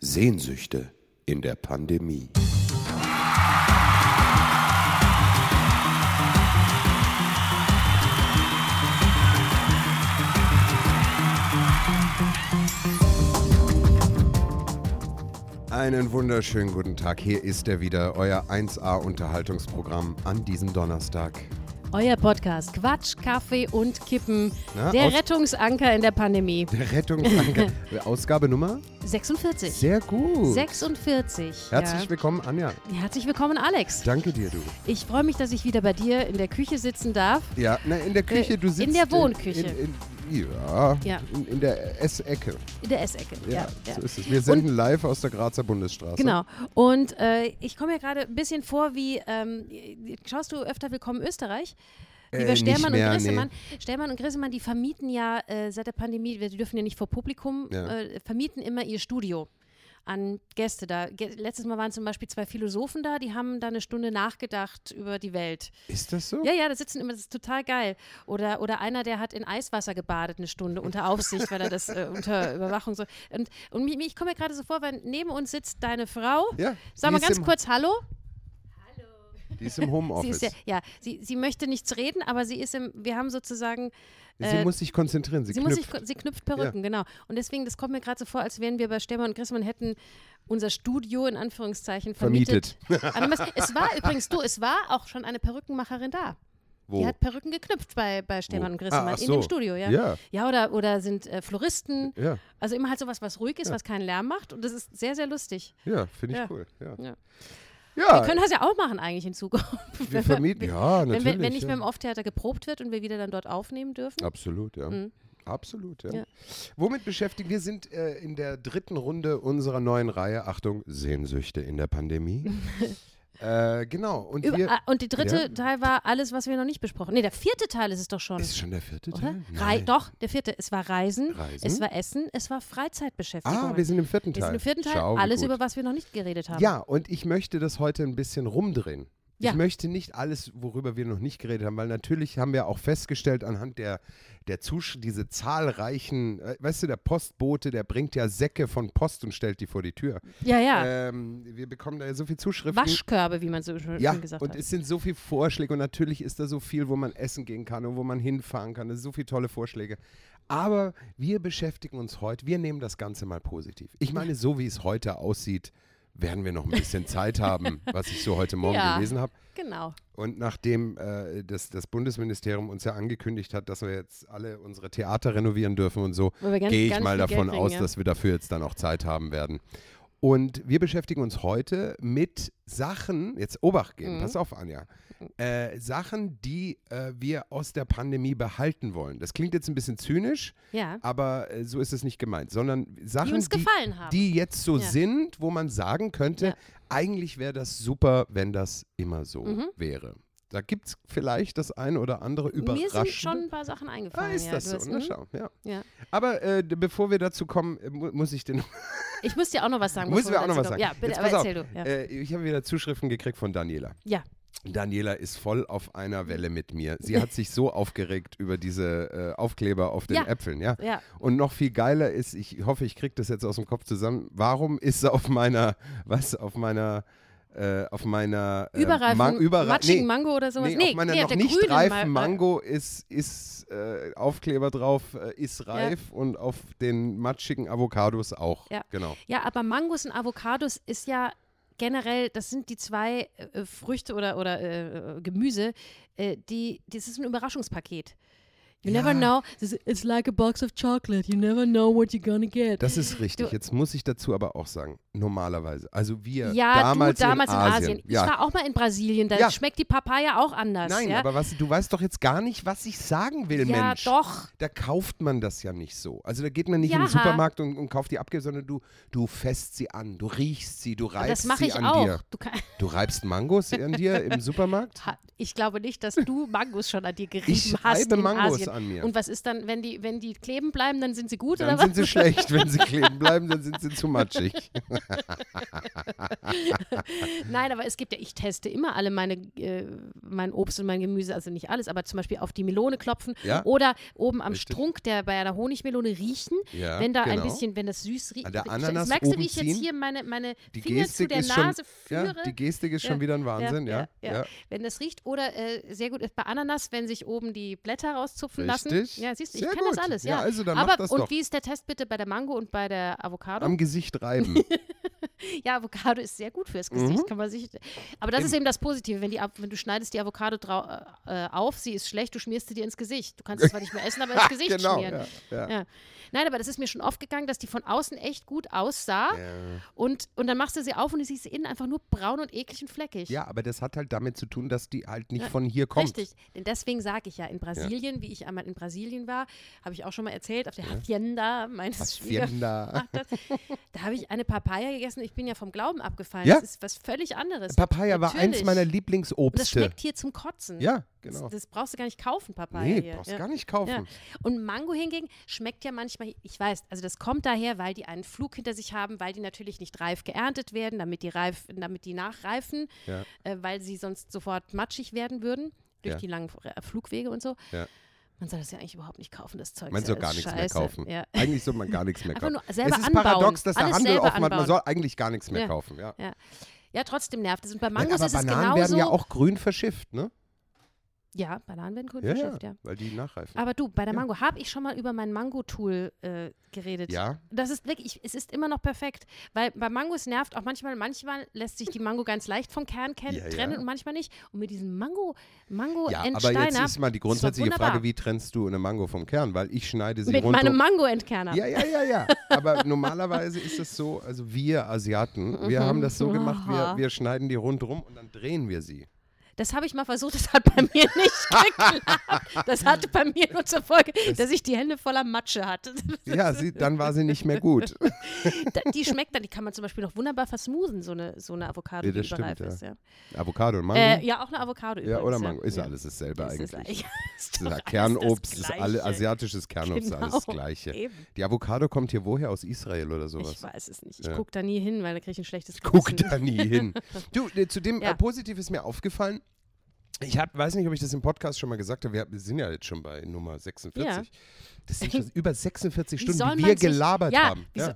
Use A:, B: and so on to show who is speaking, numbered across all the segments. A: Sehnsüchte in der Pandemie. Einen wunderschönen guten Tag. Hier ist er wieder, euer 1A Unterhaltungsprogramm an diesem Donnerstag.
B: Euer Podcast Quatsch, Kaffee und Kippen.
A: Na,
B: der
A: aus-
B: Rettungsanker in der Pandemie.
A: Der Rettungsanker. Ausgabe Nummer?
B: 46.
A: Sehr gut.
B: 46.
A: Herzlich
B: ja.
A: willkommen, Anja.
B: Herzlich willkommen, Alex.
A: Danke dir, du.
B: Ich freue mich, dass ich wieder bei dir in der Küche sitzen darf.
A: Ja, na, in der Küche,
B: Äh,
A: du
B: in
A: sitzt.
B: der Wohnküche.
A: In, in, ja,
B: Ja.
A: In, in der Essecke.
B: In der Essecke.
A: Ja,
B: Ja, ja.
A: so ist es. Wir senden live aus der Grazer Bundesstraße.
B: Genau. Und äh, ich komme mir gerade ein bisschen vor wie, ähm, schaust du öfter Willkommen Österreich? Lieber
A: Äh, nicht
B: Stermann
A: mehr,
B: und Grissemann. Stermann und Grissemann, die vermieten ja äh, seit der Pandemie, wir dürfen ja nicht vor Publikum,
A: Ja.
B: äh, vermieten immer ihr Studio an Gäste da. Ge letztes Mal waren zum Beispiel zwei Philosophen da, die haben da eine Stunde nachgedacht über die Welt.
A: Ist das so?
B: Ja, ja, da sitzen immer, das ist total geil. Oder, oder einer, der hat in Eiswasser gebadet eine Stunde unter Aufsicht, weil er das äh, unter Überwachung so. Und, und mich, mich- ich komme mir gerade so vor, weil neben uns sitzt deine Frau.
A: Ja,
B: Sag
A: die
B: mal
A: ist
B: ganz
A: im-
B: kurz Hallo.
A: Die ist im
B: Sie
A: Homeoffice.
B: ist ja, ja sie, sie möchte nichts reden, aber sie ist im, wir haben sozusagen,
A: sie
B: äh,
A: muss sich konzentrieren. Sie,
B: sie, muss
A: knüpft.
B: sich, sie knüpft Perücken, genau. Und deswegen, das kommt mir gerade so vor, als wären wir bei Stemmer und Grissmann hätten unser Studio in Anführungszeichen vermietet. An was- es war übrigens du, es war auch schon eine Perückenmacherin da.
A: Wo?
B: Die hat Perücken geknüpft bei, bei Stemmer
A: Wo?
B: und Grissmann
A: Ah, ach
B: in dem
A: so.
B: Studio, ja.
A: Ja.
B: ja oder, oder sind äh, Floristen.
A: ja,
B: Also immer halt sowas, was ruhig ist,
A: Ja.
B: was keinen Lärm macht. Und das ist sehr, sehr lustig.
A: ja, finde ich
B: Ja.
A: cool. Ja.
B: Ja.
A: Ah, Ja,
B: Wir können das ja auch machen eigentlich in Zukunft.
A: wir vermieten. Ja,
B: Wenn,
A: natürlich.
B: wir, wenn nicht
A: ja.
B: mehr im Off-Theater geprobt wird und wir wieder dann dort aufnehmen dürfen.
A: Absolut, ja. Absolut, ja.
B: Mhm. Ja.
A: Womit beschäftigen wir sind äh, in der dritten Runde unserer neuen Reihe, Achtung, Sehnsüchte in der Pandemie. äh, genau, und
B: Über,
A: wir
B: ah, und der dritte
A: Ja.
B: Teil war alles, was wir noch nicht besprochen haben. Nee, der vierte Teil ist es doch schon.
A: ist schon der vierte
B: oder?
A: Teil?
B: Rei
A: Nein.
B: doch, der vierte. Es war Reisen,
A: Reisen?
B: es war Essen, es war Freizeitbeschäftigung.
A: Ah, wir sind im vierten Teil.
B: Wir sind im vierten Teil.
A: Schau, wie
B: alles,
A: gut.
B: über was wir noch nicht geredet haben.
A: Ja, und ich möchte das heute ein bisschen rumdrehen.
B: Ja.
A: Ich möchte nicht alles, worüber wir noch nicht geredet haben, weil natürlich haben wir auch festgestellt, anhand der, der Zusch diese zahlreichen, äh, weißt du, der Postbote, der bringt ja Säcke von Post und stellt die vor die Tür.
B: ja. ja.
A: Ähm, wir bekommen da ja so viel Zuschriften.
B: Waschkörbe, wie man so schon
A: ja,
B: schon gesagt
A: und
B: hat.
A: es sind so viele Vorschläge und natürlich ist da so viel, wo man essen gehen kann und wo man hinfahren kann. Es sind so viele tolle Vorschläge. Aber wir beschäftigen uns heute, wir nehmen das Ganze mal positiv. Ich meine, so wie es heute aussieht, werden wir noch ein bisschen Zeit haben, was ich so heute Morgen
B: Ja.
A: gelesen habe.
B: genau.
A: Und nachdem äh, das, das Bundesministerium uns ja angekündigt hat, dass wir jetzt alle unsere Theater renovieren dürfen und so,
B: Weil wir ganz-
A: gehe ich
B: ganz
A: mal
B: viel Geld
A: davon
B: kriegen,
A: aus,
B: ja.
A: dass wir dafür jetzt dann auch Zeit haben werden. Und wir beschäftigen uns heute mit Sachen, jetzt Obacht
B: Mhm.
A: geben, pass auf, Anja, äh, Sachen, die äh, wir aus der Pandemie behalten wollen. Das klingt jetzt ein bisschen zynisch,
B: Ja.
A: aber äh, so ist es nicht gemeint, sondern Sachen,
B: Die uns gefallen haben.
A: die jetzt so
B: Ja.
A: sind, wo man sagen könnte,
B: Ja.
A: eigentlich wäre das super, wenn das immer so wäre. Da gibt es vielleicht das eine oder andere
B: Mhm. Mir sind
A: überraschend.
B: schon ein paar Sachen eingefallen.
A: Ah, ist
B: ja.
A: das
B: Du
A: so?
B: hast-
A: Na,
B: mhm.
A: schau, ja.
B: ja.
A: Aber äh, d- bevor wir dazu kommen, äh, mu- muss ich den
B: Ich muss dir auch noch was sagen.
A: müssen wir
B: bevor
A: auch noch was
B: dazu
A: sagen.
B: kommen. Ja, bitte,
A: Jetzt
B: aber
A: pass auf.
B: erzähl du. Ja.
A: Äh, ich habe wieder Zuschriften gekriegt von Daniela.
B: ja. Mhm.
A: Daniela ist voll auf einer Welle mit mir. Sie hat sich so aufgeregt über diese äh, Aufkleber auf den
B: Ja.
A: Äpfeln, ja?
B: Ja.
A: Und noch viel geiler ist, ich hoffe, ich kriege das jetzt aus dem Kopf zusammen. Warum ist sie auf meiner, was, auf meiner, äh, auf meiner äh,
B: Überreifen,
A: Man- überrei-
B: matschigen
A: nee,
B: Mango oder sowas.
A: Nee,
B: Nee,
A: auf meiner
B: nee,
A: noch
B: der
A: nicht
B: grünen
A: reifen
B: Ma- äh,
A: Mango ist, ist äh, Aufkleber drauf, äh, ist reif und auf den matschigen Avocados auch.
B: Ja.
A: Genau.
B: Ja, aber Mangos und Avocados ist ja generell, das sind die zwei äh, Früchte oder, oder äh, äh, Gemüse, äh, die, das ist ein Überraschungspaket. You
A: Ja.
B: never know. This is- It's like a box of chocolate. You never know what you're gonna get.
A: Das ist richtig.
B: Du-
A: Jetzt muss ich dazu aber auch sagen, normalerweise, also wir
B: ja,
A: damals,
B: du damals in Asien. Ich
A: ja.
B: war auch mal in Brasilien, da
A: Ja.
B: schmeckt die Papaya auch anders.
A: Nein,
B: ja?
A: aber was, du weißt doch jetzt gar nicht, was ich sagen will,
B: ja,
A: Mensch.
B: doch.
A: Da kauft man das ja nicht so. Also da geht man nicht in den
B: Ja.
A: Supermarkt und, und kauft die Abgabe, sondern du, du fässt sie an, du riechst sie, du reibst
B: Das mache
A: sie
B: ich
A: an
B: auch.
A: dir.
B: Du kann,
A: Du reibst Mangos an dir im Supermarkt?
B: Ha- Ich glaube nicht, dass du Mangos schon an dir gerieben
A: Ich
B: hast
A: reibe
B: in
A: Mangos
B: Asien.
A: an mir.
B: Und was ist dann, wenn die, wenn die kleben bleiben, dann sind sie gut
A: Dann
B: oder
A: sind sie schlecht. Wenn sie kleben bleiben, dann sind sie zu matschig.
B: Nein, aber es gibt ja, ich teste immer alle meine, äh, mein Obst und mein Gemüse, also nicht alles, aber zum Beispiel auf die Melone klopfen
A: Ja.
B: oder oben am
A: Richtig.
B: Strunk der bei einer Honigmelone riechen,
A: Ja,
B: wenn da ein
A: genau.
B: bisschen, wenn das süß riecht.
A: An der
B: Ich-
A: Ananas
B: merkst du,
A: oben
B: wie ich
A: ziehen?
B: jetzt hier meine, meine
A: Die
B: Finger zu
A: Gestik
B: der
A: ist schon,
B: Nase
A: ja,
B: führe?
A: die Gestik ist schon
B: Ja,
A: wieder ein Wahnsinn, ja.
B: ja, wenn das riecht oder äh, sehr gut ist bei Ananas, wenn sich oben die Blätter rauszupfen
A: Richtig.
B: lassen. Ja, siehst du,
A: Sehr
B: ich kann
A: gut.
B: das alles,
A: Ja,
B: ja.
A: also dann
B: Aber
A: mach das
B: und
A: doch.
B: wie ist der Test bitte bei der Mango und bei der Avocado?
A: Am Gesicht reiben.
B: ja, Avocado ist sehr gut fürs Gesicht,
A: Mhm.
B: kann man sich. Aber das ist eben das Positive, wenn die Av- wenn du schneidest die Avocado drau- äh, auf, sie ist schlecht, du schmierst sie dir ins Gesicht. Du kannst es zwar nicht mehr essen, aber ins Gesicht
A: genau,
B: schmieren.
A: ja, ja.
B: Ja. Nein, aber das ist mir schon oft gegangen, dass die von außen echt gut aussah
A: Ja.
B: und, und dann machst du sie auf und du siehst sie innen einfach nur braun und eklig und fleckig.
A: ja, aber das hat halt damit zu tun, dass die halt nicht von hier kommt.
B: Richtig, denn deswegen sage ich ja, in Brasilien, wie ich einmal in Brasilien war, habe ich auch schon mal erzählt, auf der Hacienda meines Schwiegervaters,
A: Hacienda.
B: da habe ich eine Papaya gegessen, ich bin ja vom Glauben abgefallen,
A: Ja.
B: das ist was völlig anderes.
A: Papaya war eins
B: Natürlich.
A: meiner
B: Und das
A: Lieblingsobste.
B: schmeckt hier zum Kotzen.
A: Ja, genau.
B: Das, das brauchst du gar nicht kaufen, Papaya.
A: Nee,
B: hier.
A: brauchst
B: ja.
A: gar nicht kaufen.
B: Ja. Und Mango hingegen schmeckt ja manchmal, ich weiß, also das kommt daher, weil die einen Flug hinter sich haben, weil die natürlich nicht reif geerntet werden, damit die, reif, damit die nachreifen,
A: Ja.
B: äh, weil sie sonst sofort matschig werden würden durch
A: Ja.
B: die langen Fr- äh, Flugwege und so.
A: Ja.
B: Man soll das ja eigentlich überhaupt nicht kaufen, das Zeug.
A: Man
B: ist
A: soll
B: ja
A: gar
B: alles
A: nichts mehr
B: scheiße.
A: kaufen.
B: Ja.
A: Eigentlich soll man gar nichts mehr
B: Einfach
A: kaufen.
B: nur selber
A: es ist
B: anbauen.
A: paradox, dass der
B: Alles
A: Handel
B: selber
A: offen hat. Man
B: anbauen.
A: soll eigentlich gar nichts mehr
B: Ja.
A: kaufen. Ja.
B: Ja. ja, trotzdem nervt es. Und bei
A: Nein,
B: Mangos
A: aber
B: ist es
A: Bananen
B: genauso.
A: werden ja auch grün verschifft, ne?
B: ja, Bananen werden grün
A: Ja, ja,
B: verschifft, ja.
A: weil die nachreifen.
B: Aber du, bei der
A: Ja.
B: Mango habe ich schon mal über mein Mango-Tool äh, geredet.
A: ja,
B: Das ist wirklich, ich- es ist immer noch perfekt. Weil bei Mangos nervt auch manchmal, manchmal lässt sich die Mango ganz leicht vom Kern ken-
A: Ja, ja.
B: trennen und manchmal nicht. Und mit diesem Mango, Mango
A: ja aber
B: Entsteiner.
A: jetzt ist mal die
B: doch
A: grundsätzliche Frage,
B: wunderbar.
A: wie trennst du eine Mango vom Kern? Weil ich schneide sie
B: mit
A: runter.
B: meinem Mango-Entkerner.
A: Ja, ja, ja, ja. Aber normalerweise ist es so, also wir Asiaten, wir haben das so gemacht, wir,
B: Mhm. Aha.
A: wir schneiden die rundrum und dann drehen wir sie.
B: Das habe ich mal versucht, das hat bei mir nicht geklappt. Das hatte bei mir nur zur Folge, dass ich die Hände voller Matsche hatte.
A: Ja, sie, dann war sie nicht mehr gut.
B: Da- Die schmeckt dann, die kann man zum Beispiel noch wunderbar versmoothen, so eine, so eine Avocado,
A: Ja,
B: die
A: das stimmt,
B: überreif
A: ja.
B: ist. Ja.
A: Avocado und Mango.
B: Äh, ja, auch eine Avocado übrigens.
A: ja, oder Mango. Ist
B: ja.
A: alles dasselbe
B: Das ist
A: eigentlich.
B: alles- ist
A: Das
B: doch
A: ist
B: alles das
A: Kernobst, ist alle,
B: Gleiche.
A: asiatisches Kernobst,
B: Genau,
A: alles das Gleiche.
B: eben.
A: Die Avocado kommt hier woher? Aus Israel oder sowas?
B: Ich weiß es nicht. Ich
A: Ja.
B: gucke da nie hin, weil da kriege ich ein schlechtes
A: Guck
B: Gewissen.
A: da nie hin. Du, äh, zu dem
B: Ja.
A: äh, Positiv ist mir aufgefallen, ich hab, weiß nicht, ob ich das im Podcast schon mal gesagt habe, wir hab- wir sind ja jetzt schon bei Nummer 46.
B: Ja.
A: Das sind schon über 46
B: Wie soll
A: Stunden, die
B: man
A: wir
B: sich-
A: gelabert
B: ja,
A: haben.
B: Wie so,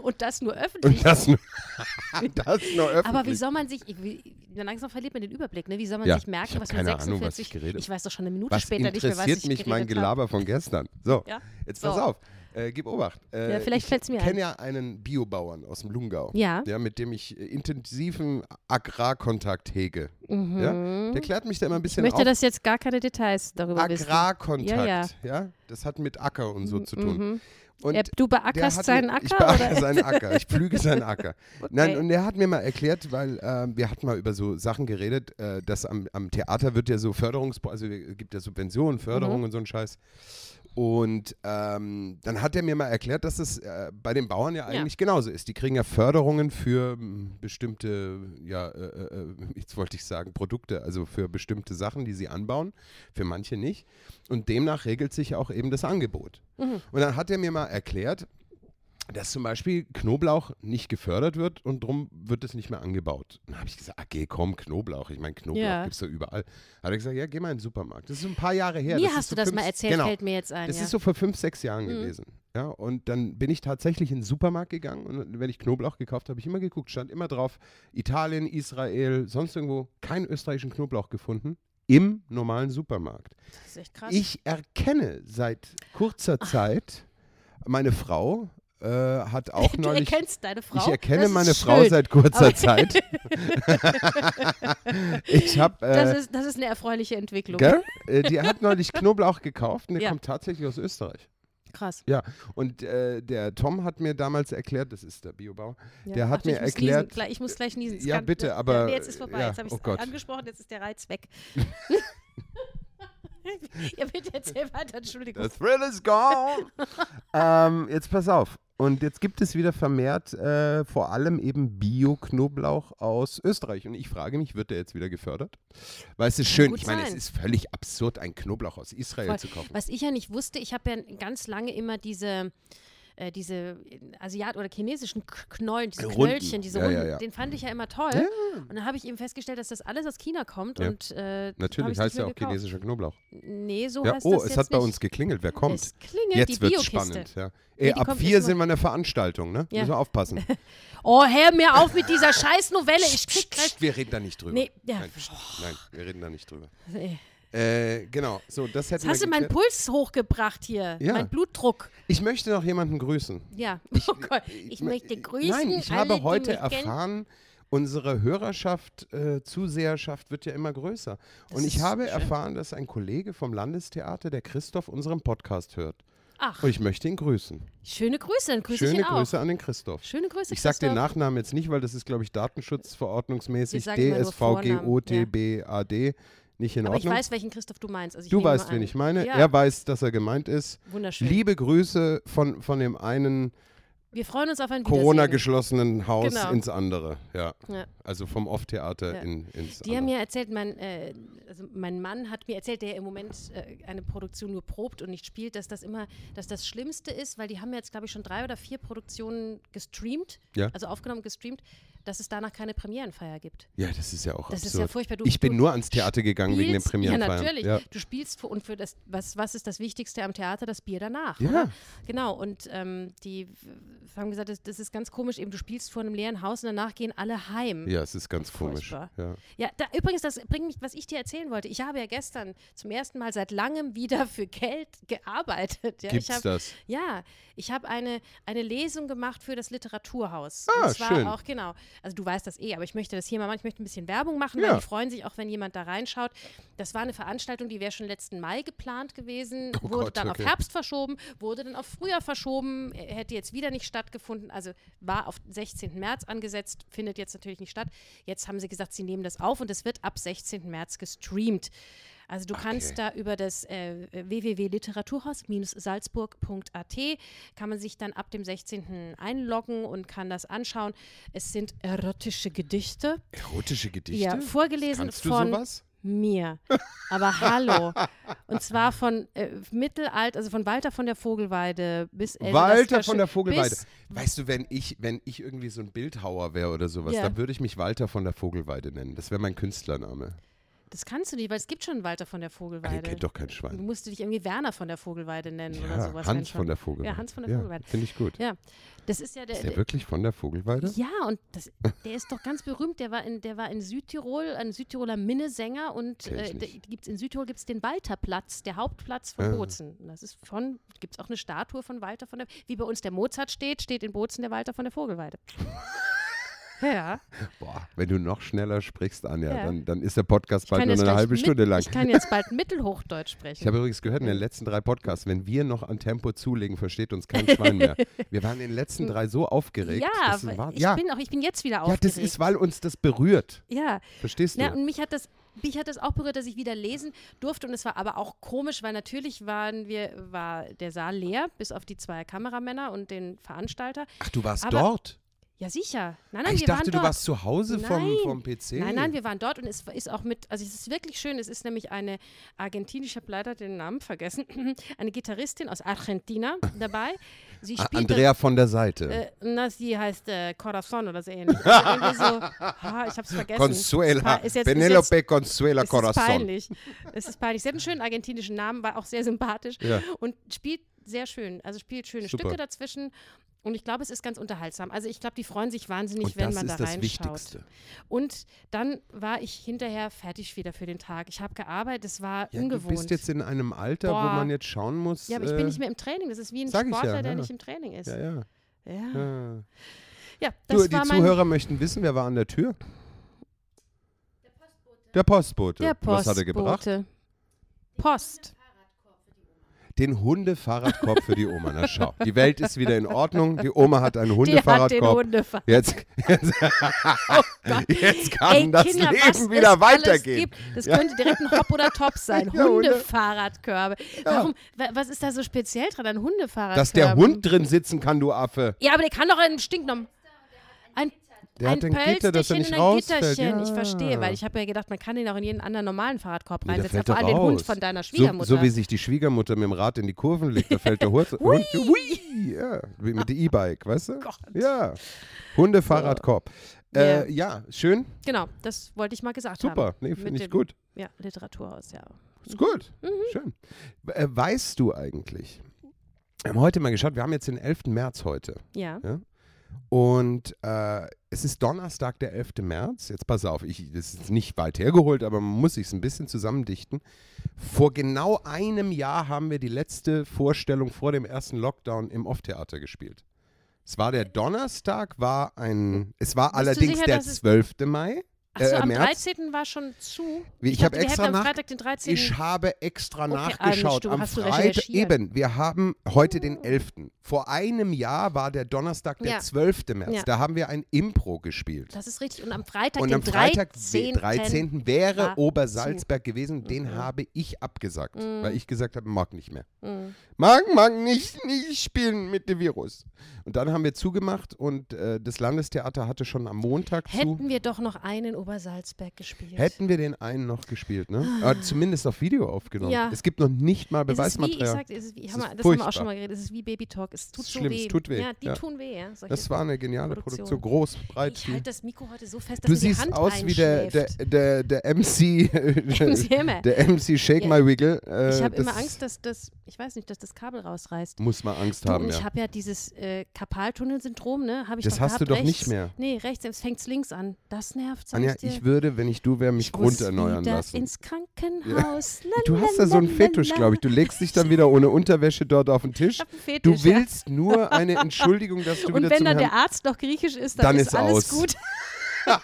B: Und das nur öffentlich.
A: Und das nur, das nur öffentlich.
B: aber wie soll man sich, ich- wie, langsam verliert man den Überblick, ne? wie soll man
A: Ja,
B: sich merken,
A: ich hab
B: was mit
A: keine Ahnung,
B: 46,
A: was ich geredet-
B: weiß doch schon eine Minute
A: was
B: später nicht mehr,
A: interessiert
B: was ich
A: mich mein
B: geredet habe.
A: Gelaber von gestern? So,
B: Ja,
A: jetzt
B: so.
A: pass auf. Äh, gib Obacht. Äh,
B: Ja, vielleicht
A: ich
B: fällt's mir ein.
A: kenne ja einen Biobauern aus dem Lungau,
B: Ja.
A: der, mit dem ich äh, intensiven Agrarkontakt hege. Ja? Der klärt mich da immer ein
B: Mhm. Ich
A: bisschen
B: möchte,
A: auf.
B: dass jetzt gar keine Details darüber
A: Agrarkontakt, ja, mhm.
B: Ja,
A: Das hat mit Acker und so zu tun. Und
B: wissen. Äh, du beackerst
A: hat
B: seinen
A: mir- Ich
B: Acker?
A: beackere
B: oder?
A: seinen Acker, ich pflüge seinen Acker. Nein,
B: Okay.
A: und er hat mir mal erklärt, weil ähm, wir hatten mal über so Sachen geredet, äh, dass am, am Theater wird ja so Förderungs... Also äh, gibt ja Subventionen,
B: Mhm.
A: Förderungen und so ein Scheiß. Und ähm, dann hat er mir mal erklärt, dass es äh, bei den Bauern ja
B: Ja.
A: eigentlich genauso ist. Die kriegen ja Förderungen für mm, bestimmte, ja, äh, äh, jetzt wollte ich sagen Produkte, also für bestimmte Sachen, die sie anbauen, für manche nicht. Und demnach regelt sich auch eben das Angebot.
B: Mhm.
A: Und dann hat er mir mal erklärt, dass zum Beispiel Knoblauch nicht gefördert wird und drum wird es nicht mehr angebaut. Dann habe ich gesagt, okay, komm, Knoblauch. Ich meine, Knoblauch
B: Ja.
A: gibt es doch überall. Hat er gesagt, ja, geh mal in den Supermarkt. Das ist so ein paar Jahre her.
B: Mir
A: ist
B: hast
A: so
B: du das
A: fünf-
B: mal erzählt,
A: Genau.
B: fällt mir jetzt ein.
A: Das
B: ja. Mhm.
A: ist so vor fünf, sechs Jahren gewesen. Ja, und dann bin ich tatsächlich in den Supermarkt gegangen und wenn ich Knoblauch gekauft habe, habe ich immer geguckt, stand immer drauf, Italien, Israel, sonst irgendwo, keinen österreichischen Knoblauch gefunden im normalen Supermarkt.
B: das ist echt krass.
A: Ich erkenne seit kurzer Zeit, meine Frau äh, hat auch
B: du
A: neulich.
B: erkennst deine Frau.
A: Ich erkenne
B: das
A: meine
B: ist
A: Frau
B: schön.
A: seit kurzer
B: Aber-
A: Zeit. ich habe.
B: Das
A: Äh,
B: ist, das ist eine erfreuliche Entwicklung.
A: gell? Äh, die hat neulich Knoblauch gekauft und der
B: Ja.
A: kommt tatsächlich aus Österreich.
B: Krass.
A: Ja, und äh, der Tom hat mir damals erklärt, das ist der Biobau,
B: Ja.
A: der hat
B: Ach,
A: mir
B: ich muss
A: erklärt,
B: Niesen, gleich, ich muss gleich niesen. Es
A: Ja, bitte,
B: das-
A: aber,
B: nee, jetzt ist vorbei.
A: ja,
B: jetzt habe ich
A: oh Gott.
B: angesprochen, jetzt ist der Reiz weg. ja, bitte erzähl weiter, Entschuldigung.
A: The thrill is gone. ähm, jetzt pass auf. Und jetzt gibt es wieder vermehrt äh, vor allem eben Bio-Knoblauch aus Österreich. Und ich frage mich, wird der jetzt wieder gefördert? Weil es ist schön,
B: Gut
A: ich meine, es
B: sein.
A: ist völlig absurd, einen Knoblauch aus Israel
B: Voll.
A: zu kaufen.
B: Was ich ja nicht wusste, ich habe ja ganz lange immer diese äh, diese Asiat- oder chinesischen K- Knollen, diese
A: Runden.
B: Knöllchen, diese
A: Ja, ja,
B: Runden,
A: ja.
B: den fand ich ja immer toll. Und dann habe ich eben festgestellt, dass das alles aus China kommt.
A: Ja.
B: Und, äh, hab
A: Natürlich
B: ich's
A: heißt
B: nicht
A: ja
B: mehr
A: auch
B: gekauft.
A: chinesischer Knoblauch.
B: Nee, so
A: Ja.
B: heißt
A: Oh,
B: das
A: es
B: jetzt
A: hat bei
B: nicht.
A: uns geklingelt. Wer kommt?
B: Es klingelt die
A: Jetzt wird's
B: Biokiste.
A: spannend. Ja. Ey,
B: die
A: ab
B: kommt
A: vier
B: jetzt
A: sind wir in der Veranstaltung, ne?
B: Ja.
A: Müssen wir aufpassen.
B: Oh, hör mir auf mit dieser scheiß Novelle. Ich krieg gleich.
A: Psst, wir reden da nicht drüber.
B: Nee, ja.
A: Nein, psst, nein, wir reden da nicht drüber.
B: Nee.
A: Äh, genau, so, das hätten
B: Jetzt hast
A: wir
B: du meinen
A: geklärt.
B: Puls hochgebracht hier.
A: Ja.
B: Mein Blutdruck.
A: Ich möchte noch jemanden grüßen.
B: Ja. oh Gott. Ich,
A: mö-
B: möchte grüßen.
A: Nein, ich
B: alle,
A: habe heute
B: die mich kennen.
A: erfahren, unsere Hörerschaft, äh, Zuseherschaft wird ja immer größer.
B: Das
A: Und ich
B: ist
A: habe
B: schön.
A: erfahren, dass ein Kollege vom Landestheater, der Christoph, unseren Podcast hört.
B: Ach,
A: Und ich möchte ihn grüßen.
B: schöne Grüße. Dann grüße
A: Schöne
B: ich ihn auch.
A: Grüße an den Christoph.
B: Schöne Grüße.
A: Ich sag den
B: Christoph.
A: Nachnamen jetzt nicht, weil das ist, glaube ich, datenschutzverordnungsmäßig
B: Wir sagen immer nur
A: DSVGOTBAD nicht in
B: Aber ich
A: Ordnung.
B: weiß, welchen Christoph du meinst. Also ich
A: du
B: nehme
A: weißt,
B: an.
A: wen ich meine.
B: Ja,
A: Er weiß, dass er gemeint ist.
B: wunderschön.
A: Liebe Grüße von, von dem einen
B: Wir freuen uns auf ein Wiedersehen.
A: Corona-geschlossenen Haus
B: Genau.
A: ins andere. Ja.
B: Ja.
A: Also vom Off-Theater
B: Ja.
A: in, ins
B: Die haben
A: andere.
B: mir erzählt, mein, äh, also mein Mann hat mir erzählt, der im Moment äh, eine Produktion nur probt und nicht spielt, dass das immer, dass das Schlimmste ist, weil die haben jetzt, glaube ich, schon drei oder vier Produktionen gestreamt,
A: Ja.
B: also aufgenommen, gestreamt, dass es danach keine Premierenfeier gibt.
A: Ja, das ist ja auch
B: Das
A: absurd.
B: ist ja furchtbar. Du-
A: ich bin
B: du
A: nur ans Theater gegangen wegen den
B: Spielst-
A: Premierenfeiern.
B: Ja, natürlich.
A: Ja.
B: Du spielst für, und für das, was, was ist das Wichtigste am Theater? Das Bier danach.
A: Ja.
B: Oder? Genau. Und ähm, die w- haben gesagt, das, das ist ganz komisch, eben du spielst vor einem leeren Haus und danach gehen alle heim.
A: Ja, es ist ganz
B: Furchtbar.
A: komisch. Ja.
B: Ja, da, übrigens, das bringt mich, was ich dir erzählen wollte. Ich habe ja gestern zum ersten Mal seit langem wieder für Geld gearbeitet. Ja,
A: Gibt's
B: ich hab,
A: das?
B: Ja, ich habe eine, eine Lesung gemacht für das Literaturhaus.
A: Ah,
B: und zwar
A: schön.
B: auch, genau. Also du weißt das eh, aber ich möchte das hier mal machen. Ich möchte ein bisschen Werbung machen,
A: Ja.
B: weil die freuen sich auch, wenn jemand da reinschaut. Das war eine Veranstaltung, die wäre schon letzten Mai geplant gewesen,
A: Oh
B: wurde
A: Gott,
B: dann
A: okay.
B: auf Herbst verschoben, wurde dann auf Frühjahr verschoben, äh, hätte jetzt wieder nicht stattgefunden, also war auf 16. März angesetzt, findet jetzt natürlich nicht statt. Jetzt haben sie gesagt, sie nehmen das auf und es wird ab 16. März gestreamt. Also du kannst da über das äh, www.literaturhaus-salzburg.at kann man sich dann ab dem 16. einloggen und kann das anschauen. Es sind erotische Gedichte,
A: Erotische Gedichte?
B: ja, vorgelesen
A: Kannst du
B: von
A: sowas?
B: mir. Aber hallo. Und zwar von äh, Mittelalt, also von Walter von der Vogelweide bis Elsass
A: Walter
B: Kirche-
A: von der Vogelweide.
B: bis-
A: Weißt du, wenn ich, wenn ich irgendwie so ein Bildhauer wäre oder sowas,
B: Ja.
A: dann würde ich mich Walter von der Vogelweide nennen. Das wäre mein Künstlername.
B: Das kannst du nicht, weil es gibt schon Walter von der
A: Der
B: Vogelweide.
A: Ah, kennt doch kein
B: Du
A: Schwein.
B: musst dich irgendwie Werner von der Vogelweide nennen oder
A: Ja,
B: sowas. wenn
A: Hans
B: schon.
A: von der Vogelweide.
B: Ja, Hans von der Vogelweide.
A: Finde ich gut.
B: Ja, äh, das ist ja der.
A: Ist der wirklich von der Vogelweide?
B: ja, und das, der ist doch ganz berühmt. Der war in, der war in Südtirol, ein Südtiroler Minnesänger und
A: Kenn ich
B: äh, der-
A: nicht.
B: gibt's, in Südtirol gibt es den Walterplatz, der Hauptplatz von
A: Ah.
B: Bozen. Und das ist von, gibt es auch eine Statue von Walter von der, wie bei uns der Mozart steht, steht in Bozen der Walter von der Vogelweide. ja,
A: Boah, wenn du noch schneller sprichst, Anja,
B: Ja.
A: dann, dann ist der Podcast
B: ich
A: bald
B: kann,
A: nur
B: jetzt
A: eine
B: gleich
A: halbe
B: mit,
A: Stunde lang.
B: ich kann jetzt bald Mittelhochdeutsch sprechen.
A: Ich habe übrigens gehört, in den letzten drei Podcasts, wenn wir noch an Tempo zulegen, versteht uns kein Schwein mehr. Wir waren in den letzten drei so aufgeregt.
B: ja,
A: das ist ein
B: aber
A: Wahn-
B: ich,
A: ja.
B: Bin auch, ich bin jetzt wieder
A: ja,
B: aufgeregt.
A: das ist, weil uns das berührt.
B: ja.
A: Verstehst du?
B: Ja, Ne, und mich hat das. Mich hat das auch berührt, dass ich wieder lesen durfte und es war aber auch komisch, weil natürlich waren wir, war der Saal leer, bis auf die zwei Kameramänner und den Veranstalter.
A: Ach, du warst
B: aber-
A: dort?
B: Ja, sicher. Nein,
A: Ah,
B: nein,
A: ich
B: wir
A: dachte,
B: waren dort.
A: du warst zu Hause vom,
B: Nein.
A: vom PC.
B: nein, nein, wir waren dort und es ist auch mit, also es ist wirklich schön, es ist nämlich eine argentinische, ich habe leider den Namen vergessen, eine Gitarristin aus Argentina dabei. Sie
A: Ah,
B: spielt
A: Andrea von der Seite.
B: Äh, na, sie heißt äh, Corazon oder so ähnlich. Also irgendwie so, ha, ich hab's vergessen. Ist
A: Consuela.
B: pa- ist jetzt- ist jetzt-
A: Penelope Consuela
B: es ist
A: Corazon.
B: peinlich. Es ist peinlich. Sie hat einen schönen argentinischen Namen, war auch sehr sympathisch
A: Ja.
B: und spielt sehr schön. Also spielt schöne
A: Super.
B: Stücke dazwischen. Und ich glaube, es ist ganz unterhaltsam. Also ich glaube, die freuen sich wahnsinnig,
A: Und
B: wenn
A: das
B: man
A: ist
B: da
A: das
B: reinschaut.
A: Wichtigste.
B: Und dann war ich hinterher fertig wieder für den Tag. Ich habe gearbeitet, es war
A: Ja, du
B: ungewohnt.
A: bist jetzt in einem Alter, wo
B: Boah.
A: man jetzt schauen muss.
B: ja, aber ich
A: äh,
B: bin nicht mehr im Training. Das ist wie ein
A: sag ich ja,
B: Sportler, der
A: ja.
B: nicht im Training ist.
A: Ja,
B: Ja,
A: ja.
B: ja.
A: ja.
B: das
A: Ah. du, die
B: war mein
A: Zuhörer möchten wissen, wer war an der Tür? Der Postbote.
B: der Postbote.
A: Was hat er gebracht?
B: Post.
A: Den Hundefahrradkorb für die Oma. Na schau, die Welt ist wieder in Ordnung. Die Oma hat einen
B: Der hat den
A: Hundefahrradkorb.
B: Hundefahrrad.
A: Jetzt, jetzt, jetzt kann
B: Ey,
A: das
B: Kinder, was
A: Leben wieder
B: es
A: weitergehen.
B: Alles gibt. Das könnte direkt ein Hop oder Top sein.
A: Ja, Hunde.
B: Hundefahrradkörbe. Warum, wa- was ist da so speziell dran an Hundefahrradkörben?
A: Dass der Hund drin sitzen kann, du Affe.
B: Ja, aber der kann doch einen Stinknorm. Ein,
A: Der
B: ein
A: hat den Gitter, dass er
B: Pölsterchen
A: nicht
B: in ein
A: rausfällt.
B: Gitterchen.
A: Ja.
B: Ich verstehe, weil ich habe ja gedacht, man kann ihn auch in jeden anderen normalen Fahrradkorb
A: Nee, der
B: reinsetzen.
A: fällt
B: Vor allem
A: doch
B: den Hund
A: raus.
B: von deiner
A: So-
B: Schwiegermutter.
A: So, wie sich die Schwiegermutter mit dem Rad in die Kurven legt, da fällt der Hund. Hund hui, ja, wie mit dem E-Bike, weißt du?
B: Gott.
A: Ja. Hunde, Fahrrad, Korb. Äh, ja, schön,
B: Genau, das wollte ich mal gesagt haben.
A: super. Nee,
B: Mit
A: finde ich
B: dem- Mhm.
A: gut.
B: Ja, Literaturhaus, ja.
A: Ist gut. Schön. W- Äh, weißt du eigentlich, wir haben heute mal geschaut, wir haben jetzt den 11. März heute.
B: Ja.
A: Und äh, es ist Donnerstag, der 11. März. Jetzt pass auf, ich, das ist nicht weit hergeholt, aber man muss sich ein bisschen zusammendichten. Vor genau einem Jahr haben wir die letzte Vorstellung vor dem ersten Lockdown im Off-Theater gespielt. Es war der Donnerstag, war ein, es war
B: du
A: allerdings
B: sicher,
A: der
B: dass es-
A: 12. Mai.
B: Achso,
A: äh,
B: am
A: März.
B: 13. war schon zu.
A: Ich
B: dachte,
A: hab
B: wir hätten
A: extra
B: am
A: nach-
B: Freitag den 13.
A: Ich habe extra
B: Okay, ah, Mensch,
A: nachgeschaut
B: du
A: am
B: hast du
A: Freitag.
B: recherchiert.
A: Eben, wir haben heute den 11. Vor einem Jahr war der Donnerstag, der
B: Ja.
A: 12. März.
B: Ja.
A: Da haben wir ein Impro gespielt.
B: das ist richtig. Und am Freitag,
A: Und
B: den
A: am Freitag,
B: 13.
A: 13. 13. wäre
B: war
A: Obersalzberg gewesen. Den habe ich abgesagt, weil ich gesagt habe, mag nicht mehr.
B: Mhm.
A: Mag, mag nicht, nicht spielen mit dem Virus. Und dann haben wir zugemacht und äh, das Landestheater hatte schon am Montag zu.
B: Hätten wir doch noch einen Obersalzberg gespielt.
A: Hätten wir den einen noch gespielt, ne? Aber zumindest auf Video aufgenommen.
B: Ah. Ja.
A: Es gibt noch nicht mal
B: es ist wie, ich
A: Beweismaterial.
B: sag, es ist wie,
A: Es
B: haben
A: ist
B: wir, das haben wir auch
A: furchtbar.
B: schon mal geredet, es ist wie Baby Talk, es tut
A: ist
B: so
A: schlimm, es
B: weh.
A: tut weh,
B: Ja, die
A: ja.
B: tun weh, ja. solche-
A: Das war eine geniale
B: Produktion.
A: Produktion. Groß, breit,
B: ich
A: viel.
B: halte das Mikro heute so fest, dass
A: Du
B: mir die
A: siehst
B: Hand
A: aus wie der, der,
B: einschläft.
A: der, der MC.
B: Hammer.
A: der MC Shake
B: Ja.
A: My Wiggle. Äh,
B: ich habe
A: das
B: immer Angst, dass das, ich weiß nicht, dass das Kabel rausreißt.
A: Muss man Angst
B: Du,
A: haben,
B: und ich
A: ja.
B: habe ja dieses äh, Karpaltunnelsyndrom, ne? Hab ich
A: Das
B: doch
A: hast du
B: gehabt,
A: doch
B: rechts.
A: nicht mehr.
B: Nee, rechts, es fängt links an. Das nervt, sag
A: Anja,
B: ich dir.
A: ich würde, wenn ich du wäre, mich
B: äh, Ich muss
A: grunderneuern
B: wieder
A: lassen.
B: ins Krankenhaus. La,
A: Du hast da so einen Fetisch, glaube ich. Du legst dich dann wieder ohne Unterwäsche dort auf den Tisch.
B: hab einen Fetisch,
A: Du
B: ja.
A: willst nur eine Entschuldigung, dass du
B: Und
A: wieder
B: wenn
A: zum
B: dann der
A: Herrn...
B: Arzt noch griechisch ist, dann,
A: Dann
B: ist
A: ist
B: alles
A: aus.
B: gut.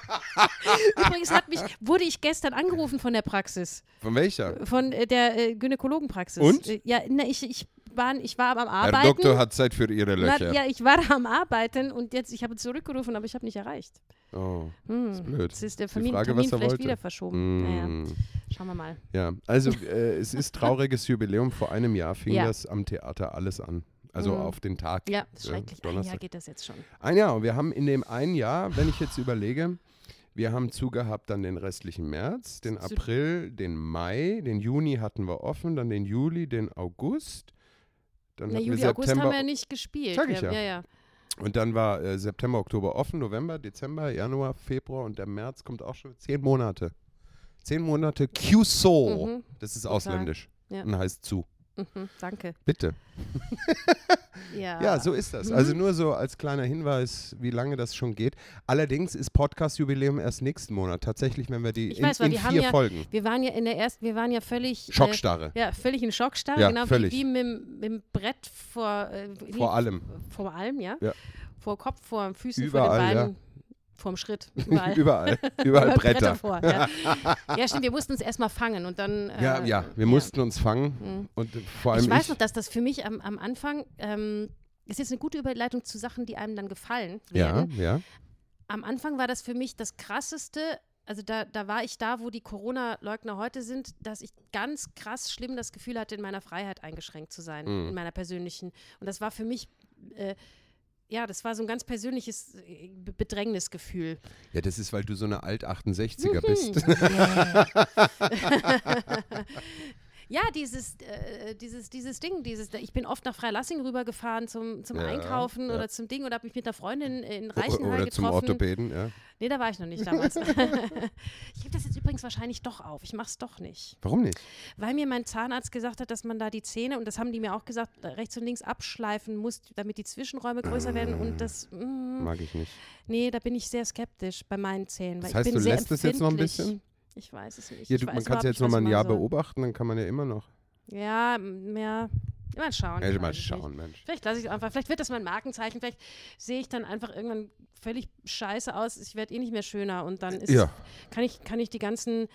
B: Übrigens hat mich, wurde ich gestern angerufen von der Praxis,
A: Von welcher?
B: von äh, der äh, Gynäkologenpraxis.
A: Und?
B: Äh, ja, na, ich, ich, war, ich war am
A: Herr
B: Arbeiten.
A: Doktor hat Zeit für Ihre
B: Na,
A: Löcher.
B: ja, ich war da am Arbeiten und jetzt, ich habe zurückgerufen, aber ich habe nicht erreicht.
A: Oh,
B: Hm.
A: ist blöd.
B: Jetzt ist der
A: Die
B: Termin,
A: Frage,
B: Termin
A: was er
B: vielleicht
A: wollte.
B: wieder verschoben. Naja,
A: Mm.
B: schauen wir mal.
A: Ja, also äh, es ist trauriges Jubiläum. Vor einem Jahr fing
B: Ja.
A: das am Theater alles an. Also
B: Mhm.
A: auf den Tag.
B: Ja, ist schrecklich. Ein Jahr
A: Donnerstag.
B: geht das jetzt schon.
A: Ein Jahr. Und wir haben in dem einen Jahr, wenn ich jetzt überlege, wir haben zugehabt dann den restlichen März, den
B: Zu-
A: April, den Mai, den Juni hatten wir offen, dann den Juli, den August, dann
B: Na,
A: hatten
B: Juli,
A: wir
B: August haben
A: September
B: wir ja nicht gespielt.
A: Sag ich
B: wir,
A: ja.
B: ja.
A: und dann war äh, September, Oktober offen, November, Dezember, Januar, Februar und der März kommt auch schon zehn Monate. Zehn Monate QSO.
B: Mhm.
A: Das ist ausländisch
B: Ja.
A: und heißt zu.
B: Mhm, danke.
A: Bitte.
B: Ja, Mhm.
A: Ja, so ist das. Also nur so als kleiner Hinweis, wie lange das schon geht. Allerdings ist Podcast-Jubiläum erst nächsten Monat. Tatsächlich, wenn wir die
B: Ich
A: in,
B: weiß, weil
A: in
B: wir haben
A: vier
B: ja-
A: Folgen.
B: Wir waren ja in der ersten, wir waren ja völlig. äh,
A: Schockstarre.
B: Ja, völlig in Schockstarre,
A: Ja,
B: genau
A: völlig.
B: wie, wie mit, dem- mit dem Brett vor, äh, wie-
A: Vor allem.
B: vor allem, ja?
A: Ja.
B: Vor Kopf, vor Füßen, vor
A: Überall,
B: den
A: ja.
B: Beinen, vorm Schritt, überall.
A: Überall. Überall Bretter.
B: vor. Ja. ja, stimmt, wir mussten uns erstmal fangen und dann. Äh,
A: Ja, ja, wir mussten uns fangen. Und äh, vor allem
B: Mhm. Ich
A: ich.
B: weiß noch, dass das für mich am, am Anfang, ähm, das ist jetzt eine gute Überleitung zu Sachen, die einem dann gefallen
A: ja,
B: werden.
A: ja.
B: Am Anfang war das für mich das krasseste. Also da, da war ich da, wo die Corona-Leugner heute sind, dass ich ganz krass schlimm das Gefühl hatte, in meiner Freiheit eingeschränkt zu sein,
A: Mhm.
B: in meiner persönlichen. Und das war für mich, äh, ja, das war so ein ganz persönliches äh, Be- Bedrängnisgefühl.
A: Ja, das ist, weil du so eine Alt-68er
B: Mhm.
A: bist.
B: Ja, dieses, äh, dieses, dieses Ding, dieses, ich bin oft nach Freilassing rübergefahren zum, zum
A: Ja,
B: Einkaufen
A: ja.
B: oder zum Ding oder habe mich mit einer Freundin in
A: O-
B: Reichenhall
A: Oder zum
B: getroffen.
A: Orthopäden, ja.
B: Nee, da war ich noch nicht damals. ich gebe das jetzt übrigens wahrscheinlich doch auf. Ich mach's doch nicht.
A: Warum nicht?
B: Weil mir mein Zahnarzt gesagt hat, dass man da die Zähne, und das haben die mir auch gesagt, rechts und links abschleifen muss, damit die Zwischenräume größer werden. Und das, mm,
A: Mag ich nicht.
B: nee, da bin ich sehr skeptisch bei meinen Zähnen. Weil
A: Das heißt,
B: ich bin
A: du
B: sehr
A: lässt es jetzt noch ein
B: empfindlich.
A: bisschen?
B: Ich weiß es nicht.
A: Hier,
B: Ich
A: du, man
B: weiß
A: kann es
B: überhaupt
A: jetzt
B: nicht,
A: noch
B: was
A: mal ein
B: man
A: Jahr
B: soll.
A: beobachten, dann kann man ja immer noch.
B: Ja, m- ja. Mal schauen.
A: Ja,
B: ich
A: mal
B: weiß es nicht.
A: schauen, Mensch.
B: Vielleicht lasse ich es einfach. Vielleicht wird das mein Markenzeichen. Vielleicht sehe ich dann einfach irgendwann völlig scheiße aus. Ich werde eh nicht mehr schöner. Und dann ist,
A: Ja.
B: kann, ich, kann ich die ganzen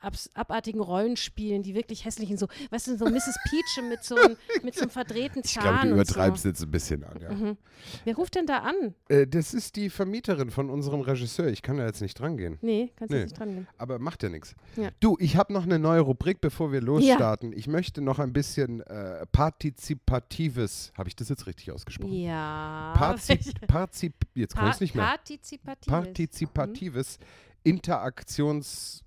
B: abs- abartigen Rollenspielen, die wirklich hässlichen, so, weißt du, so Mrs. Peach mit so, einem- mit so einem verdrehten
A: Ich glaube, du
B: Zahn. und so. Mhm.
A: übertreibst jetzt ein bisschen an. Ja.
B: Wer ruft denn da an?
A: Äh, das ist die Vermieterin von unserem Regisseur. Ich kann da jetzt nicht dran gehen.
B: Nee, kannst du
A: Nee.
B: nicht dran nehmen.
A: Aber macht ja nichts.
B: Ja.
A: Du, ich habe noch eine neue Rubrik, bevor wir losstarten. Ich möchte noch ein bisschen äh, partizipatives. Habe ich das jetzt richtig ausgesprochen?
B: Ja.
A: Partizip, Partizip, jetzt kann ich nicht mehr.
B: Partizipatives.
A: Partizipatives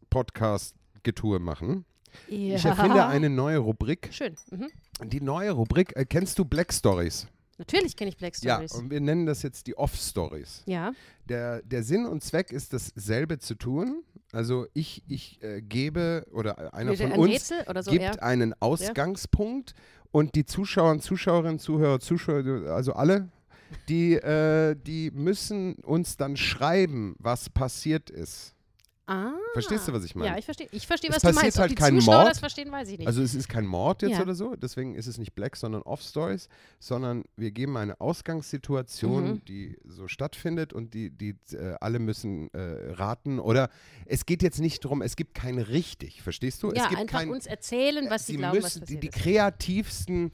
A: Interaktions-Podcast-Getue machen.
B: ja.
A: Ich erfinde eine neue Rubrik.
B: Schön. Mhm.
A: Die neue Rubrik, äh, kennst du Black Stories?
B: Natürlich kenne ich Black
A: Ja,
B: Stories.
A: und wir nennen das jetzt die Off-Stories.
B: Ja.
A: Der, der Sinn und Zweck ist dasselbe zu tun. Also ich, ich äh, gebe oder einer
B: Mit
A: von
B: ein
A: uns
B: Rätsel oder so,
A: gibt
B: ja.
A: einen Ausgangspunkt und die Zuschauer, und Zuschauerinnen, Zuhörer, Zuschauer, also alle, die, äh, die müssen uns dann schreiben, was passiert ist.
B: Ah.
A: Verstehst du, was ich meine?
B: Ja, ich verstehe, ich verstehe
A: Es
B: was du
A: passiert
B: meinst.
A: halt
B: Ob die
A: kein
B: Zuschauer
A: Mord.
B: das verstehen, weiß ich nicht.
A: Also es ist kein Mord jetzt
B: Ja.
A: oder so, deswegen ist es nicht Black, sondern Off-Stories, sondern wir geben eine Ausgangssituation,
B: Mhm.
A: die so stattfindet und die, die äh, alle müssen äh, raten. Oder es geht jetzt nicht darum, es gibt kein richtig, verstehst du?
B: ja,
A: es gibt
B: einfach
A: kein,
B: uns erzählen, was sie,
A: die
B: glauben, was
A: müssen die,
B: passiert
A: die
B: ist.
A: kreativsten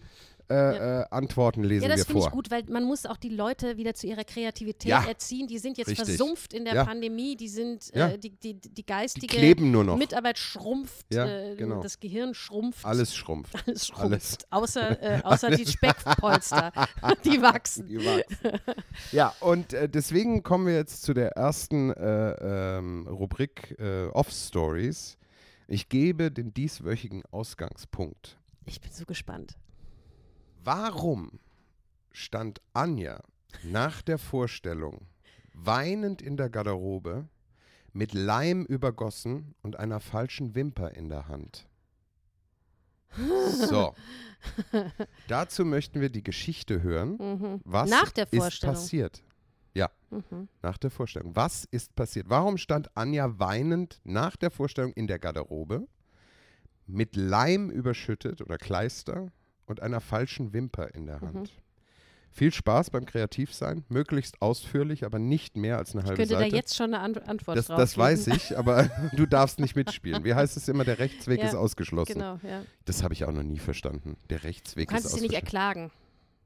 A: äh, äh, Antworten lesen
B: Ja, das
A: wir
B: finde
A: vor.
B: ich gut, weil man muss auch die Leute wieder zu ihrer Kreativität
A: Ja.
B: erziehen. Die sind jetzt
A: Richtig.
B: versumpft in der
A: Ja.
B: Pandemie, die sind,
A: Ja.
B: äh, die, die, die
A: Die
B: geistige
A: kleben nur noch.
B: Mitarbeit schrumpft,
A: Ja,
B: äh,
A: genau.
B: das Gehirn schrumpft.
A: Alles schrumpft.
B: Alles schrumpft.
A: alles.
B: Außer, äh, außer die Speckpolster, die wachsen.
A: Die wachsen. ja, und äh, deswegen kommen wir jetzt zu der ersten äh, ähm, Rubrik äh, Off-Stories. Ich gebe den dieswöchigen Ausgangspunkt.
B: Ich bin so gespannt.
A: Warum stand Anja nach der Vorstellung weinend in der Garderobe mit Leim übergossen und einer falschen Wimper in der Hand? So, dazu möchten wir die Geschichte hören.
B: Mhm.
A: Was
B: Nach der
A: ist
B: Vorstellung.
A: passiert? Ja,
B: Mhm.
A: nach der Vorstellung. Was ist passiert? Warum stand Anja weinend nach der Vorstellung in der Garderobe mit Leim überschüttet oder Kleister und einer falschen Wimper in der Hand?
B: Mhm.
A: Viel Spaß beim Kreativsein, möglichst ausführlich, aber nicht mehr als eine
B: Ich
A: halbe
B: könnte
A: Seite.
B: da jetzt schon eine An Antwort
A: das,
B: drauf
A: das weiß
B: geben.
A: ich, aber du darfst nicht mitspielen. Wie heißt es immer, der Rechtsweg
B: Ja,
A: ist ausgeschlossen.
B: Genau, ja.
A: Das habe ich auch noch nie verstanden. Der
B: Du
A: Rechtsweg
B: kannst
A: ist
B: es dir nicht
A: ausgeschlossen.
B: erklagen.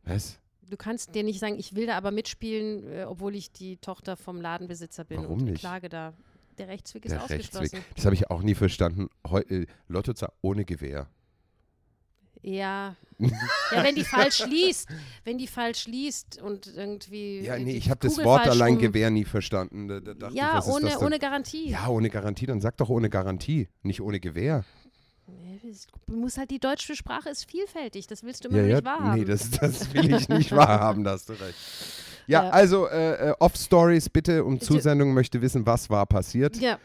A: Was?
B: Du kannst dir nicht sagen, ich will da aber mitspielen, äh, obwohl ich die Tochter vom Ladenbesitzer bin
A: Warum
B: und
A: nicht?
B: klage da. Der Rechtsweg ist
A: Der
B: ausgeschlossen.
A: Rechtsweg. Das habe ich auch nie verstanden. Heu äh, Lottozahl ohne Gewehr.
B: Ja. ja, wenn die falsch liest, wenn die falsch liest und irgendwie
A: Ja,
B: Äh, die
A: nee, ich habe das
B: Kugel
A: Wort
B: falsch
A: allein
B: rum-
A: Gewehr nie verstanden. Da, da dachte ich,
B: Ja,
A: was ist
B: ohne,
A: das denn?
B: ohne Garantie.
A: Ja, ohne Garantie, dann sag doch ohne Garantie, nicht ohne Gewehr.
B: Nee, das- Du musst halt, die deutsche Sprache ist vielfältig, das willst du immer
A: Ja,
B: noch
A: ja,
B: nicht wahrhaben.
A: nee, das, das will ich nicht wahrhaben, da hast du recht. Ja,
B: Ja.
A: also äh, äh, Off-Stories bitte um
B: Bitte.
A: Zusendung, möchte wissen, was war passiert.
B: ja.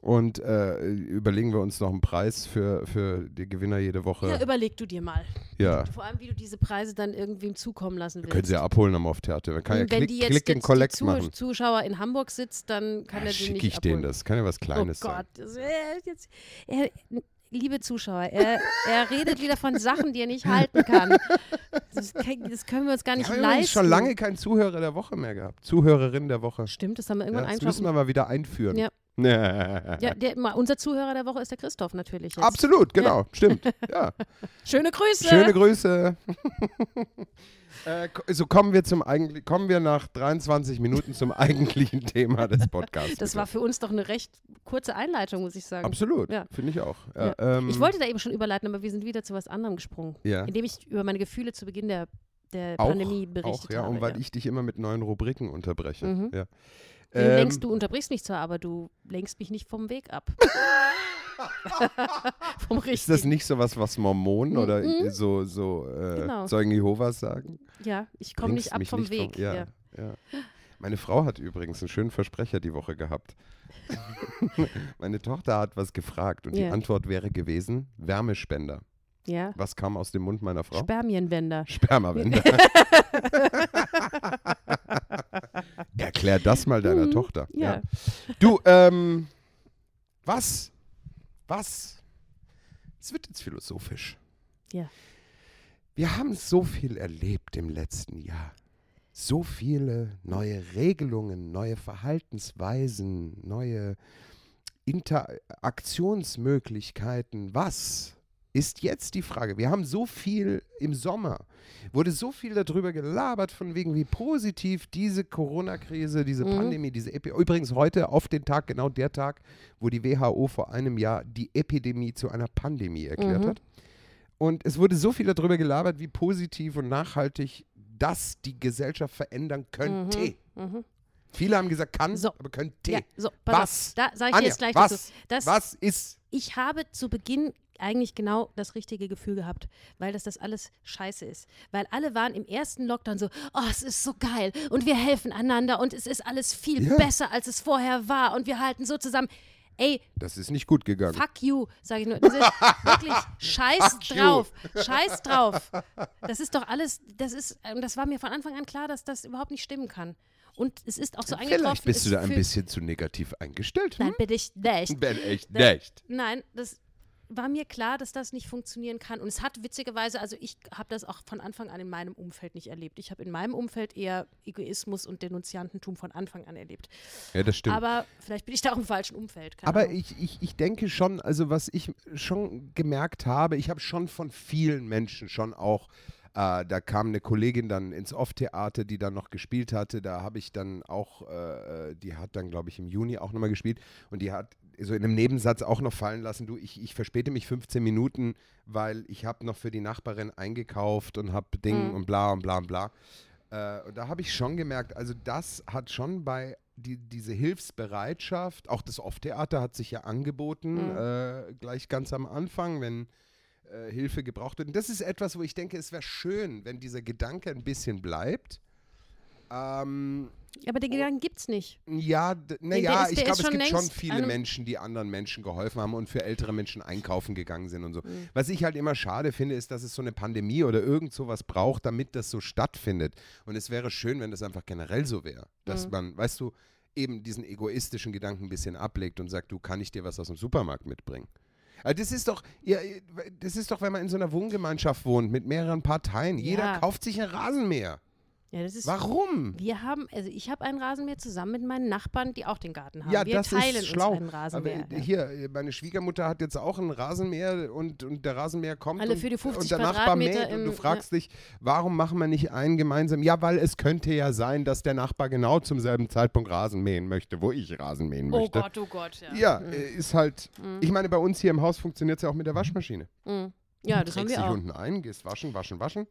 A: Und äh, überlegen wir uns noch einen Preis für, für die Gewinner jede
B: ja,
A: Woche.
B: überleg du dir mal.
A: Ja,
B: Vor allem, wie du diese Preise dann irgendwem zukommen lassen willst.
A: können sie ja abholen am Off-Theater. Man kann ja
B: Und wenn
A: Klick,
B: die jetzt,
A: Klick
B: jetzt
A: and
B: die
A: Collect
B: Zu-
A: machen.
B: Zuschauer in Hamburg sitzt, dann kann
A: Ja,
B: er die
A: Schicke
B: nicht
A: ich denen
B: abholen.
A: das, kann ja was Kleines
B: oh
A: sein.
B: Gott, das, äh, jetzt, er, liebe Zuschauer, er, er redet wieder von Sachen, die er nicht halten kann. Das, kann- das können wir uns gar nicht
A: Ich habe
B: leisten.
A: schon lange keinen Zuhörer der Woche mehr gehabt. Zuhörerin der Woche.
B: Stimmt, das haben wir
A: Ja,
B: irgendwann
A: das müssen
B: einfach.
A: wir mal wieder einführen.
B: Ja. Ja,
A: Ja.
B: der, mal, unser Zuhörer der Woche ist der Christoph natürlich. Jetzt.
A: Absolut, genau, stimmt. Ja.
B: Schöne Grüße.
A: Schöne Grüße. äh, ko- so kommen wir zum eigentlich, kommen wir nach 23 Minuten zum eigentlichen Thema des Podcasts.
B: das
A: bitte.
B: war für uns doch eine recht kurze Einleitung, muss ich sagen.
A: absolut,
B: Ja.
A: finde ich auch.
B: Ja.
A: Ja, ähm,
B: Ich wollte da eben schon überleiten, aber wir sind wieder zu was anderem gesprungen,
A: ja.
B: indem ich über meine Gefühle zu Beginn der, der
A: auch,
B: Pandemie berichtet
A: auch, ja,
B: habe.
A: und weil
B: ja.
A: ich dich immer mit neuen Rubriken unterbreche.
B: Mhm.
A: Ja.
B: Du
A: Ähm,
B: lenkst, du unterbrichst mich zwar, aber du lenkst mich nicht vom Weg ab. vom
A: ist das
B: richtigen.
A: nicht sowas, was Mormonen oder
B: Mhm.
A: äh, so, so äh,
B: Genau.
A: Zeugen Jehovas sagen?
B: Ja, ich komme
A: bringst
B: nicht ab
A: mich
B: vom Weg.
A: ja,
B: ja.
A: ja. Meine Frau hat übrigens einen schönen Versprecher die Woche gehabt. Meine Tochter hat was gefragt und die
B: Ja.
A: Antwort wäre gewesen: Wärmespender.
B: ja.
A: Was kam aus dem Mund meiner Frau?
B: Spermienwender.
A: Spermawende. Erklär das mal deiner
B: Mhm,
A: Tochter.
B: ja.
A: Du, ähm, was? Was? Es wird jetzt philosophisch.
B: Ja.
A: Wir haben so viel erlebt im letzten Jahr. So viele neue Regelungen, neue Verhaltensweisen, neue Interaktionsmöglichkeiten, was? Ist jetzt die Frage. Wir haben so viel im Sommer, wurde so viel darüber gelabert, von wegen, wie positiv diese Corona-Krise, diese
B: Mhm.
A: Pandemie, diese Epidemie. Übrigens heute auf den Tag, genau der Tag, wo die WHO vor einem Jahr die Epidemie zu einer Pandemie erklärt
B: Mhm.
A: hat. Und es wurde so viel darüber gelabert, wie positiv und nachhaltig das die Gesellschaft verändern könnte.
B: Mhm.
A: Viele haben gesagt, kann,
B: So.
A: aber könnte.
B: Ja, so,
A: Was?
B: pass auf, da sage ich
A: Anja,
B: jetzt gleich
A: was?
B: dazu. Das,
A: Was ist.
B: ich habe zu Beginn eigentlich genau das richtige Gefühl gehabt, weil das das alles scheiße ist. Weil alle waren im ersten Lockdown so, oh, es ist so geil und wir helfen einander und es ist alles viel
A: Ja.
B: besser, als es vorher war und wir halten so zusammen. Ey,
A: Das ist nicht gut gegangen.
B: fuck you, sage ich nur. Das ist wirklich scheiß
A: Fuck you.
B: drauf. Scheiß drauf. Das ist doch alles, das ist, ähm, das war mir von Anfang an klar, dass das überhaupt nicht stimmen kann. Und es ist auch so eingetroffen.
A: Vielleicht bist du
B: es
A: da ein
B: fühlt-
A: bisschen Hm? zu negativ eingestellt.
B: Nein, bin ich nicht.
A: Ben, echt
B: Da-
A: nicht.
B: Nein, das war mir klar, dass das nicht funktionieren kann. Und es hat witzigerweise, also ich habe das auch von Anfang an in meinem Umfeld nicht erlebt. Ich habe in meinem Umfeld eher Egoismus und Denunziantentum von Anfang an erlebt.
A: Ja, das stimmt.
B: Aber vielleicht bin ich da auch im falschen Umfeld. Keine
A: Aber
B: Ahnung.
A: ich, ich, ich denke schon, also was ich schon gemerkt habe, ich habe schon von vielen Menschen schon auch, äh, da kam eine Kollegin dann ins Off-Theater, die dann noch gespielt hatte, da habe ich dann auch, äh, äh, die hat dann glaube ich im Juni auch nochmal gespielt und die hat so in einem Nebensatz auch noch fallen lassen, du, ich, ich verspäte mich 15 Minuten, weil ich habe noch für die Nachbarin eingekauft und habe Ding
B: Mhm.
A: und bla und bla und bla. Äh, und da habe ich schon gemerkt, also das hat schon bei die, diese Hilfsbereitschaft, auch das Off-Theater hat sich ja angeboten,
B: Mhm.
A: äh, gleich ganz am Anfang, wenn äh, Hilfe gebraucht wird. Und das ist etwas, wo ich denke, es wäre schön, wenn dieser Gedanke ein bisschen bleibt. Ähm,
B: Aber den Gedanken gibt es nicht.
A: ja, d-
B: Nee, der
A: naja,
B: ist-
A: ich
B: der
A: glaube,
B: ist
A: es
B: schon
A: gibt schon
B: längst
A: viele
B: einem-
A: Menschen, die anderen Menschen geholfen haben und für ältere Menschen einkaufen gegangen sind und so.
B: Mhm.
A: Was ich halt immer schade finde, ist, dass es so eine Pandemie oder irgend sowas braucht, damit das so stattfindet. Und es wäre schön, wenn das einfach generell so wäre, dass
B: Mhm.
A: man, weißt du, eben diesen egoistischen Gedanken ein bisschen ablegt und sagt, du, kann ich dir was aus dem Supermarkt mitbringen? Also das ist doch, ja, das ist doch, wenn man in so einer Wohngemeinschaft wohnt mit mehreren Parteien. Jeder
B: Ja.
A: kauft sich ein Rasenmäher.
B: Ja, das ist.
A: Warum?
B: Wir haben, also ich habe einen Rasenmäher zusammen mit meinen Nachbarn, die auch den Garten haben.
A: Ja,
B: wir
A: das
B: teilen
A: ist schlau.
B: uns einen Rasenmäher.
A: Aber
B: ja.
A: äh, hier, äh, meine Schwiegermutter hat jetzt auch einen Rasenmäher und, und der Rasenmäher kommt
B: Alle
A: und,
B: für die 50
A: und der Nachbar
B: Quadratmeter
A: mäht und du
B: im-
A: fragst dich, warum machen wir nicht einen gemeinsam? Ja, weil es könnte ja sein, dass der Nachbar genau zum selben Zeitpunkt Rasen mähen möchte, wo ich Rasen mähen
B: oh
A: möchte.
B: Gott, Hm. oh Gott, ja.
A: Ja, äh, ist halt, ich meine, bei uns hier im Haus funktioniert es ja auch mit der Waschmaschine.
B: Ja, Mhm. das haben
A: Trägst dich
B: wir auch.
A: unten ein, gehst waschen, waschen, waschen.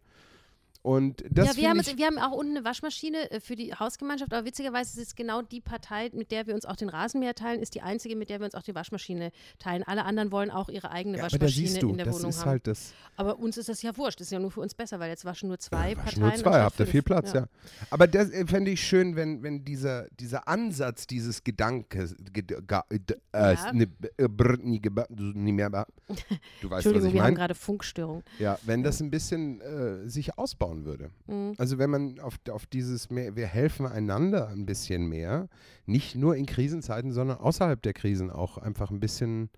A: Und das
B: ja, wir haben,
A: finde ich,
B: jetzt, wir haben auch unten eine Waschmaschine äh, für die Hausgemeinschaft, aber witzigerweise ist es genau die Partei, mit der wir uns auch den Rasenmäher teilen, ist die einzige, mit der wir uns auch die Waschmaschine teilen. Alle anderen wollen auch ihre eigene
A: ja, aber da
B: Waschmaschine
A: siehst du,
B: in der
A: das
B: Wohnung
A: ist
B: haben.
A: halt das.
B: aber uns ist das ja wurscht, das ist ja nur für uns besser, weil jetzt waschen nur zwei
A: Ja, waschen
B: Parteien.
A: nur zwei,
B: anstatt
A: habt ihr
B: fünf.
A: viel Platz, ja. Aber das äh, fände ich schön, wenn, wenn dieser, dieser Ansatz dieses Gedankes, ged, ga, d, äh,
B: Ja.
A: sni- b- äh, brr, nie geba- nie mehr ba- du weißt, was
B: Entschuldigung,
A: ich
B: wir haben
A: meine,
B: gerade Funkstörung.
A: ja, wenn das ein bisschen äh, sich ausbauen würde.
B: Mhm.
A: Also wenn man auf, auf dieses, mehr, wir helfen einander ein bisschen mehr, nicht nur in Krisenzeiten, sondern außerhalb der Krisen auch einfach ein bisschen,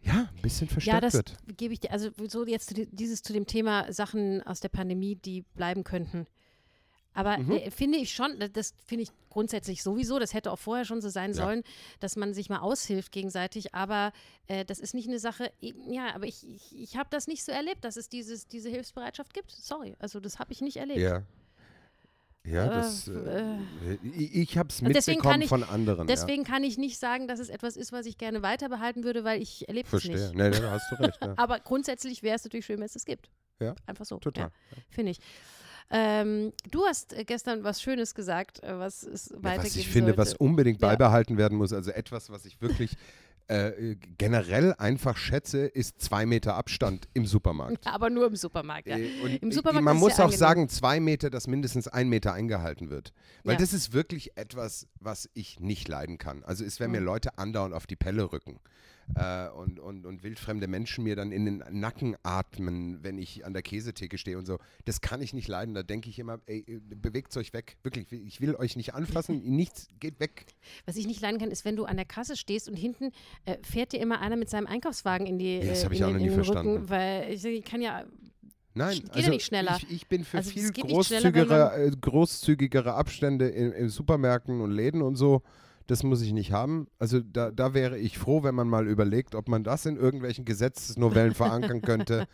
A: ja, ein bisschen verstärkt
B: Ja, das
A: wird.
B: gebe ich dir. Also so jetzt zu di- dieses zu dem Thema Sachen aus der Pandemie, die bleiben könnten. Aber
A: Mhm.
B: äh, finde ich schon, da- das finde ich grundsätzlich sowieso, das hätte auch vorher schon so sein
A: Ja.
B: sollen, dass man sich mal aushilft gegenseitig, aber äh, das ist nicht eine Sache, eh, ja, aber ich, ich, ich habe das nicht so erlebt, dass es dieses, diese Hilfsbereitschaft gibt. Sorry, also das habe ich nicht erlebt.
A: Ja. Ja,
B: Aber,
A: das. Äh, ich ich habe es
B: Und deswegen
A: mitbekommen
B: kann ich-
A: von anderen.
B: Deswegen kann ich nicht sagen, dass es etwas ist, was ich gerne weiter behalten würde, weil ich
A: ja.
B: erlebe es
A: Verstehe.
B: nicht.
A: Nee, nee, da hast du recht. Ja.
B: Aber grundsätzlich wäre es natürlich schön, wenn es es gibt.
A: Ja,
B: Einfach so. Ja.
A: Total.
B: Finde ich. Ähm, du hast äh, gestern was Schönes gesagt, äh, was es weitergeht.
A: was ich finde, was unbedingt
B: Ja.
A: beibehalten werden muss, also etwas, was ich wirklich äh, äh, generell einfach schätze, ist zwei Meter Abstand im Supermarkt.
B: Ja, aber nur im Supermarkt. Ja.
A: Äh, Und
B: Im
A: i-
B: Supermarkt
A: man
B: ist es
A: muss
B: ja
A: auch
B: angenehm.
A: sagen, zwei Meter, dass mindestens ein Meter eingehalten wird. Weil
B: Ja.
A: das ist wirklich etwas, was ich nicht leiden kann. Also es
B: Mhm.
A: werden mir Leute andauernd auf die Pelle rücken. Äh, und, und, und wildfremde Menschen mir dann in den Nacken atmen, wenn ich an der Käsetheke stehe und so. Das kann ich nicht leiden. Da denke ich immer, ey, äh, bewegt euch weg. Wirklich, ich will euch nicht anfassen. Nichts geht weg.
B: Was ich nicht leiden kann, ist, wenn du an der Kasse stehst und hinten äh, fährt dir immer einer mit seinem Einkaufswagen in die.
A: Ja, das
B: äh,
A: hab ich
B: in
A: auch
B: den-
A: noch nie
B: in den
A: verstanden.
B: Rücken, weil ich, ich kann ja.
A: Nein,
B: Geht ja
A: also
B: nicht schneller.
A: Ich, ich bin für
B: Also es
A: viel
B: geht nicht schneller, wenn
A: großzügigere, äh, großzügigere Abstände in, in Supermärkten und Läden und so. das muss ich nicht haben. Also da, da wäre ich froh, wenn man mal überlegt, ob man das in irgendwelchen Gesetzesnovellen verankern könnte.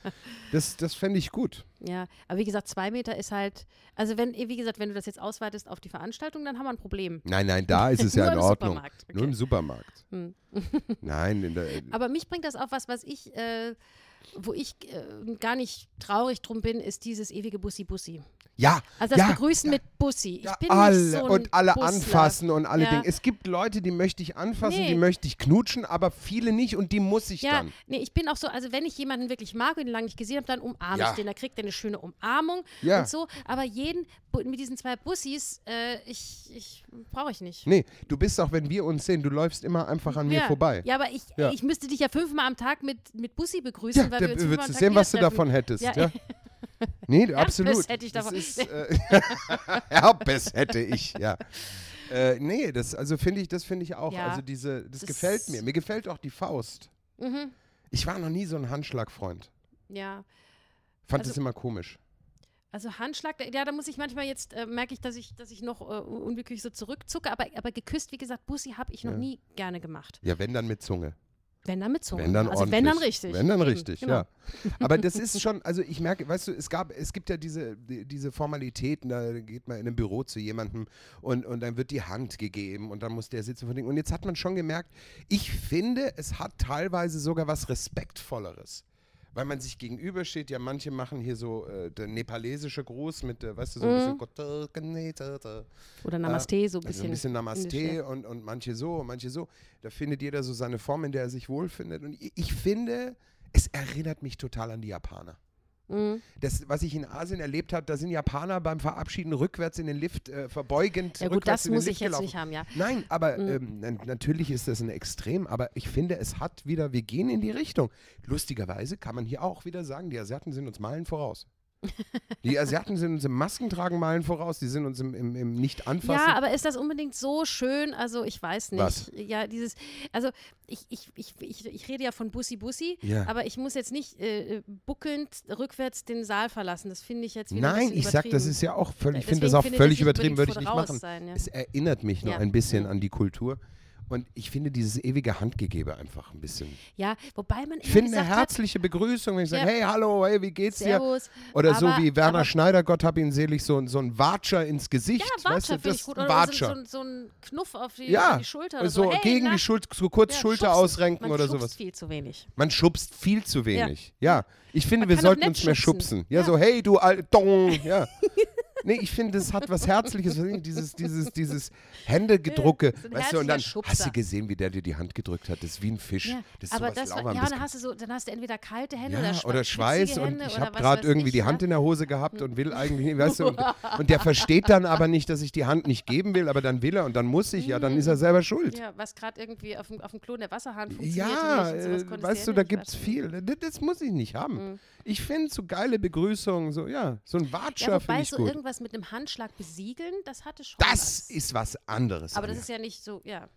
A: Das, das fände ich gut.
B: Ja, aber wie gesagt, zwei Meter ist halt, also wenn, wie gesagt, wenn du das jetzt ausweitest auf die Veranstaltung, dann haben wir ein Problem.
A: Nein, nein, da ist es ja
B: Nur
A: in
B: im
A: Ordnung.
B: Supermarkt,
A: Nur
B: okay.
A: im Supermarkt.
B: Hm.
A: Nein, in der, äh,
B: Aber mich bringt das auf was, was ich, äh, wo ich äh, gar nicht traurig drum bin, ist dieses ewige Bussi-Bussi.
A: ja.
B: Also das
A: ja,
B: Begrüßen
A: ja.
B: mit Bussi. Ich
A: Ja,
B: bin
A: alle
B: nicht so ein
A: und alle
B: Bussler.
A: anfassen und alle
B: Ja.
A: Dinge. Es gibt Leute, die möchte ich anfassen,
B: Nee.
A: die möchte ich knutschen, aber viele nicht und die muss ich
B: Ja,
A: dann.
B: nee, ich bin auch so, also wenn ich jemanden wirklich mag und ihn lange nicht gesehen habe, dann umarme
A: Ja.
B: ich den, da kriegt er eine schöne Umarmung
A: Ja.
B: und so. Aber jeden bu- mit diesen zwei Bussis, äh, ich, ich brauche ich nicht.
A: Nee, du bist auch, wenn wir uns sehen, du läufst immer einfach an mir
B: ja.
A: vorbei.
B: Ja, aber ich,
A: Ja.
B: ich müsste dich ja fünfmal am Tag mit, mit Bussi begrüßen, weil wir
A: da
B: uns fünfmal
A: würdest
B: am
A: du
B: Tag
A: sehen,
B: wieder
A: was du
B: treffen.
A: davon hättest. Ja.
B: Ja.
A: Nee, absolut.
B: hätte ich
A: Das
B: davon.
A: Ist, äh, Herpes hätte ich, ja. Äh, nee, das also finde ich, das finde ich auch.
B: Ja.
A: Also diese, das,
B: Das-
A: gefällt mir. Mir gefällt auch die Faust.
B: Mhm.
A: Ich war noch nie so ein Handschlagfreund.
B: Ja,
A: Fand
B: Also-
A: es immer komisch.
B: also Handschlag, da- ja, da muss ich manchmal jetzt, äh, merke ich, dass ich, dass ich noch äh, un- unwillkürlich so zurückzucke, aber, aber geküsst, wie gesagt, Bussi habe ich noch
A: Ja.
B: nie gerne gemacht.
A: Ja, wenn dann mit Zunge.
B: Wenn dann mit Zunge.
A: Wenn dann
B: also
A: ordentlich.
B: wenn dann richtig.
A: Wenn dann
B: Eben,
A: richtig,
B: genau.
A: ja. Aber das ist schon, also ich merke, weißt du, es gab, es gibt ja diese, die- diese Formalitäten, da geht man in einem Büro zu jemandem und, und dann wird die Hand gegeben und dann muss der sitzen von Dingen. Und jetzt hat man schon gemerkt, ich finde, es hat teilweise sogar was Respektvolleres. Weil man sich gegenübersteht, ja, manche machen hier so äh, der nepalesische Gruß mit, äh, weißt du, so ein
B: Mhm.
A: bisschen Gott, äh, Genete, äh.
B: Oder Namaste,
A: Also
B: so ein bisschen.
A: ein bisschen
B: indisch, ja.
A: Namaste und, und manche so und manche so. Da findet jeder so seine Form, in der er sich wohlfindet. Und ich, ich finde, es erinnert mich total an die Japaner.
B: Mhm.
A: Das, was ich in Asien erlebt habe, da sind Japaner beim Verabschieden rückwärts in den Lift, äh, verbeugend.
B: Ja gut,
A: rückwärts
B: das
A: in den
B: muss
A: Lift
B: ich jetzt
A: gelaufen.
B: nicht haben, Mhm. ja.
A: Nein, aber ähm, na- natürlich ist das ein Extrem, aber ich finde, es hat wieder, wir gehen in die Richtung. Lustigerweise kann man hier auch wieder sagen, die Asiaten sind uns Meilen voraus. Die Asiaten sind uns im Maskentragen Meilen voraus, die sind uns im, im, im Nicht-Anfassen.
B: Ja, aber ist das unbedingt so schön? Also ich weiß nicht.
A: Was?
B: Ja, dieses, also ich, ich, ich, ich, ich rede ja von Bussi Bussi,
A: Ja.
B: aber ich muss jetzt nicht äh, buckelnd rückwärts den Saal verlassen. Das finde ich jetzt wieder ein
A: Nein,
B: bisschen
A: ich sag, das
B: übertrieben.
A: ist ja auch völlig, ich finde
B: Deswegen
A: das auch
B: finde
A: völlig
B: ich
A: übertrieben, würde
B: nicht
A: ich nicht
B: unbedingt
A: machen.
B: voraus sein, ja.
A: Es erinnert mich nur
B: Ja. Mhm.
A: ein bisschen an die Kultur. Und ich finde dieses ewige Handgegebe einfach ein bisschen.
B: Ja, wobei man
A: Ich
B: immer
A: finde eine
B: gesagt hat,
A: herzliche Begrüßung, wenn ich sage,
B: Ja.
A: hey, hallo, hey, wie geht's dir?
B: Servus.
A: Oder so
B: aber-
A: wie Werner
B: aber-
A: Schneider, Gott hab ihn selig, so, ein- so ein Watscher ins Gesicht.
B: Ja,
A: weißt
B: Watscher
A: du,
B: finde
A: das
B: ich gut.
A: ein
B: Oder so,
A: Watscher.
B: so, so ein Knuff auf die,
A: ja,
B: auf die Schulter. Oder
A: so
B: so, hey,
A: gegen
B: na?
A: die Schulter, so kurz
B: Ja,
A: Schulter
B: schubsen.
A: ausrenken
B: man
A: oder
B: schubst
A: sowas.
B: viel zu wenig.
A: Man schubst viel zu wenig. Ja. Ich finde,
B: Man
A: wir
B: kann
A: sollten
B: auch
A: uns
B: nett
A: mehr
B: schubsen.
A: schubsen. Ja, so, hey, du Al Dong. Ja. nee, ich finde, es hat was Herzliches. Dieses, dieses, dieses Händegedrucke.
B: Ja, so ein
A: weißt du, und
B: herzlicher
A: dann hast
B: Schubser.
A: du gesehen, wie der dir die Hand gedrückt hat. Das ist wie ein Fisch.
B: Ja,
A: Das ist
B: aber
A: sowas
B: das war,
A: lauwarmes
B: ja, dann hast du so, dann hast du entweder kalte Hände
A: ja,
B: oder, schwa-
A: oder Schweiß
B: schwitzige
A: und
B: Hände
A: ich
B: oder
A: habe
B: was
A: gerade
B: weiß
A: irgendwie
B: ich,
A: die
B: ja.
A: Hand in der Hose gehabt und will eigentlich, weißt du, und, und der versteht dann aber nicht, dass ich die Hand nicht geben will, aber dann will er und dann muss ich, ja, dann ist er selber schuld.
B: Ja, was gerade irgendwie auf dem, auf dem Klo in der Wasserhahn funktioniert.
A: Ja,
B: und nicht, und
A: äh,
B: sowas konntest
A: weißt du,
B: ja
A: da
B: nicht Mhm.
A: gibt es
B: waschen.
A: viel. Das, das muss ich nicht haben. Ich finde so geile Begrüßungen, so ja, so ein
B: Ja,
A: Watscher finde
B: wobei
A: ich
B: so
A: gut.
B: irgendwas mit einem Handschlag besiegeln, das hatte schon
A: Das
B: was.
A: ist was anderes.
B: Aber das
A: Anja.
B: ist ja nicht so, ja.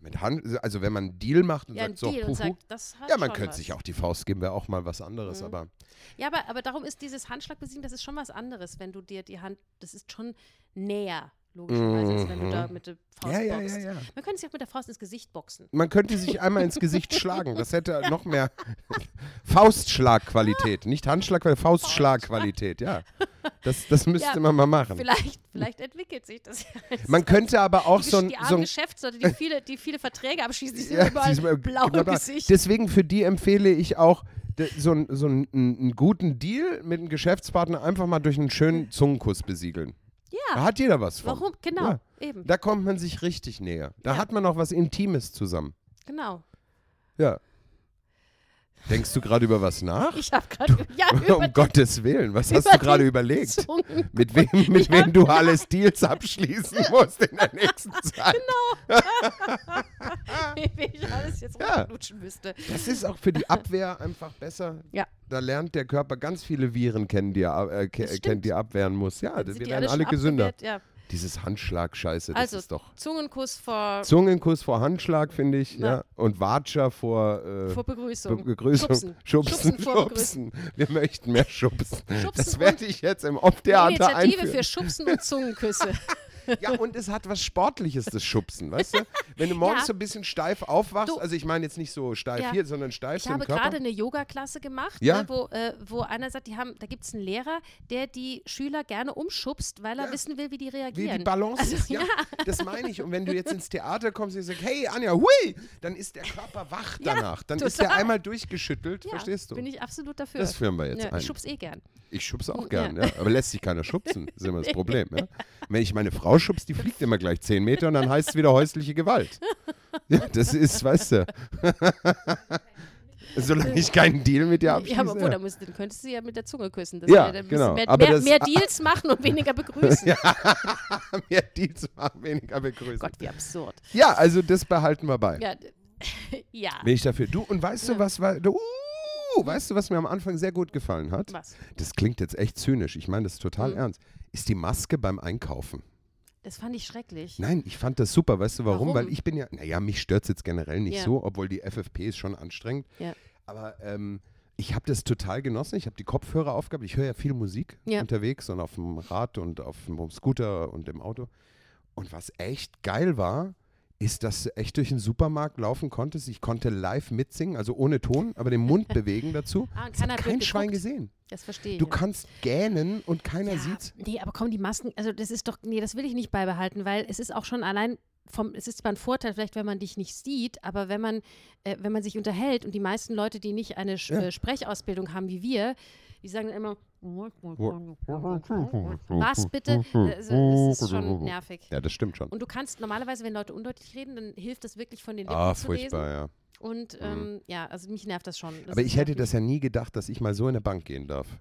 A: Mit Hand, also wenn man einen Deal macht und
B: Ja, ein
A: sagt so,
B: Deal
A: puh,
B: und sagt, das hat
A: ja, man
B: schon
A: könnte
B: was. Mhm.
A: sich auch die Faust geben, wäre auch mal was anderes. Aber
B: Ja, aber, aber darum ist dieses Handschlag besiegeln, das ist schon was anderes, wenn du dir die Hand, das ist schon näher, logischerweise, als wenn du da mit der Faust
A: Mhm. Ja, ja,
B: boxst.
A: ja, ja.
B: Man könnte sich auch mit der Faust ins Gesicht boxen.
A: man könnte sich einmal ins Gesicht schlagen. Das hätte noch mehr Faustschlagqualität, nicht Handschlagqualität, Faustschlagqualität. Ja, das, das müsste
B: Ja,
A: man mal machen.
B: Vielleicht, vielleicht entwickelt sich das ja.
A: Man könnte aber auch
B: die,
A: so ein,
B: die
A: so
B: armen
A: ein
B: Geschäftsleute, die viele, die viele Verträge abschließen, die sind überall
A: sie ist immer-
B: blau
A: bla,
B: im
A: bla.
B: Gesicht.
A: genau Deswegen für die empfehle ich auch de- so, einen- so einen, einen guten Deal mit einem Geschäftspartner einfach mal durch einen schönen Zungenkuss besiegeln. Da
B: ja,
A: hat jeder was von.
B: warum? Genau,
A: Ja.
B: eben,
A: Da kommt man sich richtig näher. Da
B: Ja.
A: hat man auch was Intimes zusammen.
B: genau.
A: Ja. Denkst du gerade über was nach?
B: Ich habe gerade, ja, über
A: um Gottes Willen, was hast
B: über
A: du gerade
B: den
A: überlegt?
B: Zungen.
A: Mit wem, mit wem du alles Deals abschließen musst in der nächsten Zeit.
B: Genau. wenn ich alles jetzt
A: Ja.
B: runterlutschen müsste.
A: Das ist auch für die Abwehr einfach besser.
B: Ja.
A: Da lernt der Körper ganz viele Viren kennen, die er, äh, ke-
B: Das stimmt.
A: kennt, die er abwehren muss. Ja,
B: Dann
A: das,
B: sind
A: wir
B: die
A: werden
B: schon
A: alle gesünder.
B: abgewehrt, Ja.
A: Dieses Handschlag-Scheiße, das
B: Also,
A: ist doch.
B: Zungenkuss vor,
A: Zungenkuss vor Handschlag, finde ich.
B: Na.
A: Ja. Und Watscher vor, äh,
B: vor
A: Be-
B: Begrüßung.
A: Begrüßung.
B: Schubsen.
A: Schubsen,
B: Schubsen vor
A: Schubsen. Wir möchten mehr Schubsen.
B: Schubsen
A: das
B: und
A: werde ich jetzt im
B: Eine
A: Off-Theater
B: Initiative
A: einführen.
B: für Schubsen und Zungenküsse.
A: Ja, und es hat was Sportliches, das Schubsen, weißt du? Wenn du morgens
B: Ja.
A: so ein bisschen steif aufwachst,
B: Du-
A: also ich meine jetzt nicht so steif
B: Ja.
A: hier, sondern steif
B: Ich
A: so im
B: habe
A: Körper.
B: gerade eine Yoga-Klasse gemacht,
A: Ja.
B: ne, wo, äh, wo einer sagt, die haben, da gibt es einen Lehrer, der die Schüler gerne umschubst, weil er wissen will, wie die
A: Wie
B: reagieren.
A: die Balance ist,
B: also,
A: ja. Das meine ich. Und wenn du jetzt ins Theater kommst und sagst, hey Anja, hui, dann ist der Körper wach
B: Ja,
A: danach. Dann ist der
B: total.
A: einmal durchgeschüttelt,
B: Ja,
A: verstehst du?
B: Bin ich absolut dafür.
A: Das führen wir jetzt
B: Ja,
A: ein.
B: Ich schub's eh gern.
A: Ich schubse auch gern, ja. aber lässt sich keiner schubsen, ist immer das Problem. Ja. Wenn ich meine Frau schubse, die fliegt immer gleich 10 Meter und dann heißt es wieder häusliche Gewalt. Ja, das ist, weißt du. Solange ich keinen Deal mit dir abschließe.
B: Ja, aber obwohl,
A: ja.
B: dann, müsst, dann könntest du sie ja mit der Zunge küssen. Das
A: Ja,
B: wäre dann ein
A: genau.
B: bisschen Mehr,
A: Aber
B: mehr,
A: das-
B: mehr Deals machen und weniger begrüßen.
A: mehr Deals machen, weniger begrüßen.
B: Gott, wie absurd.
A: Ja, also das behalten wir bei.
B: Ja. ja.
A: Bin ich dafür. Du, und weißt du, was war. Du, uh, weißt du, was mir am Anfang sehr gut gefallen hat?
B: Was?
A: Das klingt jetzt echt zynisch. Ich meine das ist total ernst. Ist die Maske beim Einkaufen?
B: Das fand ich schrecklich.
A: Nein, ich fand das super. Weißt du warum?
B: Warum?
A: Weil ich bin ja, naja, mich stört es jetzt generell nicht
B: Ja.
A: so, obwohl die FFP ist schon anstrengend.
B: Ja.
A: Aber ähm, ich habe das total genossen. Ich habe die Kopfhörer aufgehabt. Ich höre ja viel Musik
B: Ja.
A: unterwegs und auf dem Rad und auf dem Scooter und im Auto. Und was echt geil war, ist, dass du echt durch den Supermarkt laufen konntest. Ich konnte live mitsingen, also ohne Ton, aber den Mund bewegen dazu.
B: Ah, und
A: Das
B: keiner
A: hat
B: hat
A: kein
B: blöd
A: Schwein
B: geguckt.
A: gesehen.
B: Das verstehe ich.
A: Du
B: ja.
A: kannst gähnen und keiner
B: ja,
A: sieht's.
B: Nee, aber komm, die Masken, also das ist doch, nee, das will ich nicht beibehalten, weil es ist auch schon allein vom, es ist zwar ein Vorteil, vielleicht wenn man dich nicht sieht, aber wenn man, äh, wenn man sich unterhält und die meisten Leute, die nicht eine Sch
A: Ja.
B: äh, Sprechausbildung haben wie wir, die sagen dann immer, was
A: Was
B: bitte? Also, es ist schon nervig.
A: Ja, das stimmt schon.
B: Und du kannst normalerweise, wenn Leute undeutlich reden, dann hilft das wirklich von den Lippen
A: Ah,
B: zu lesen.
A: furchtbar, ja.
B: Und ähm, ja, also mich nervt das schon. Das
A: Aber ich
B: ist
A: hätte
B: nervig.
A: das ja nie gedacht, dass ich mal so in eine Bank gehen darf.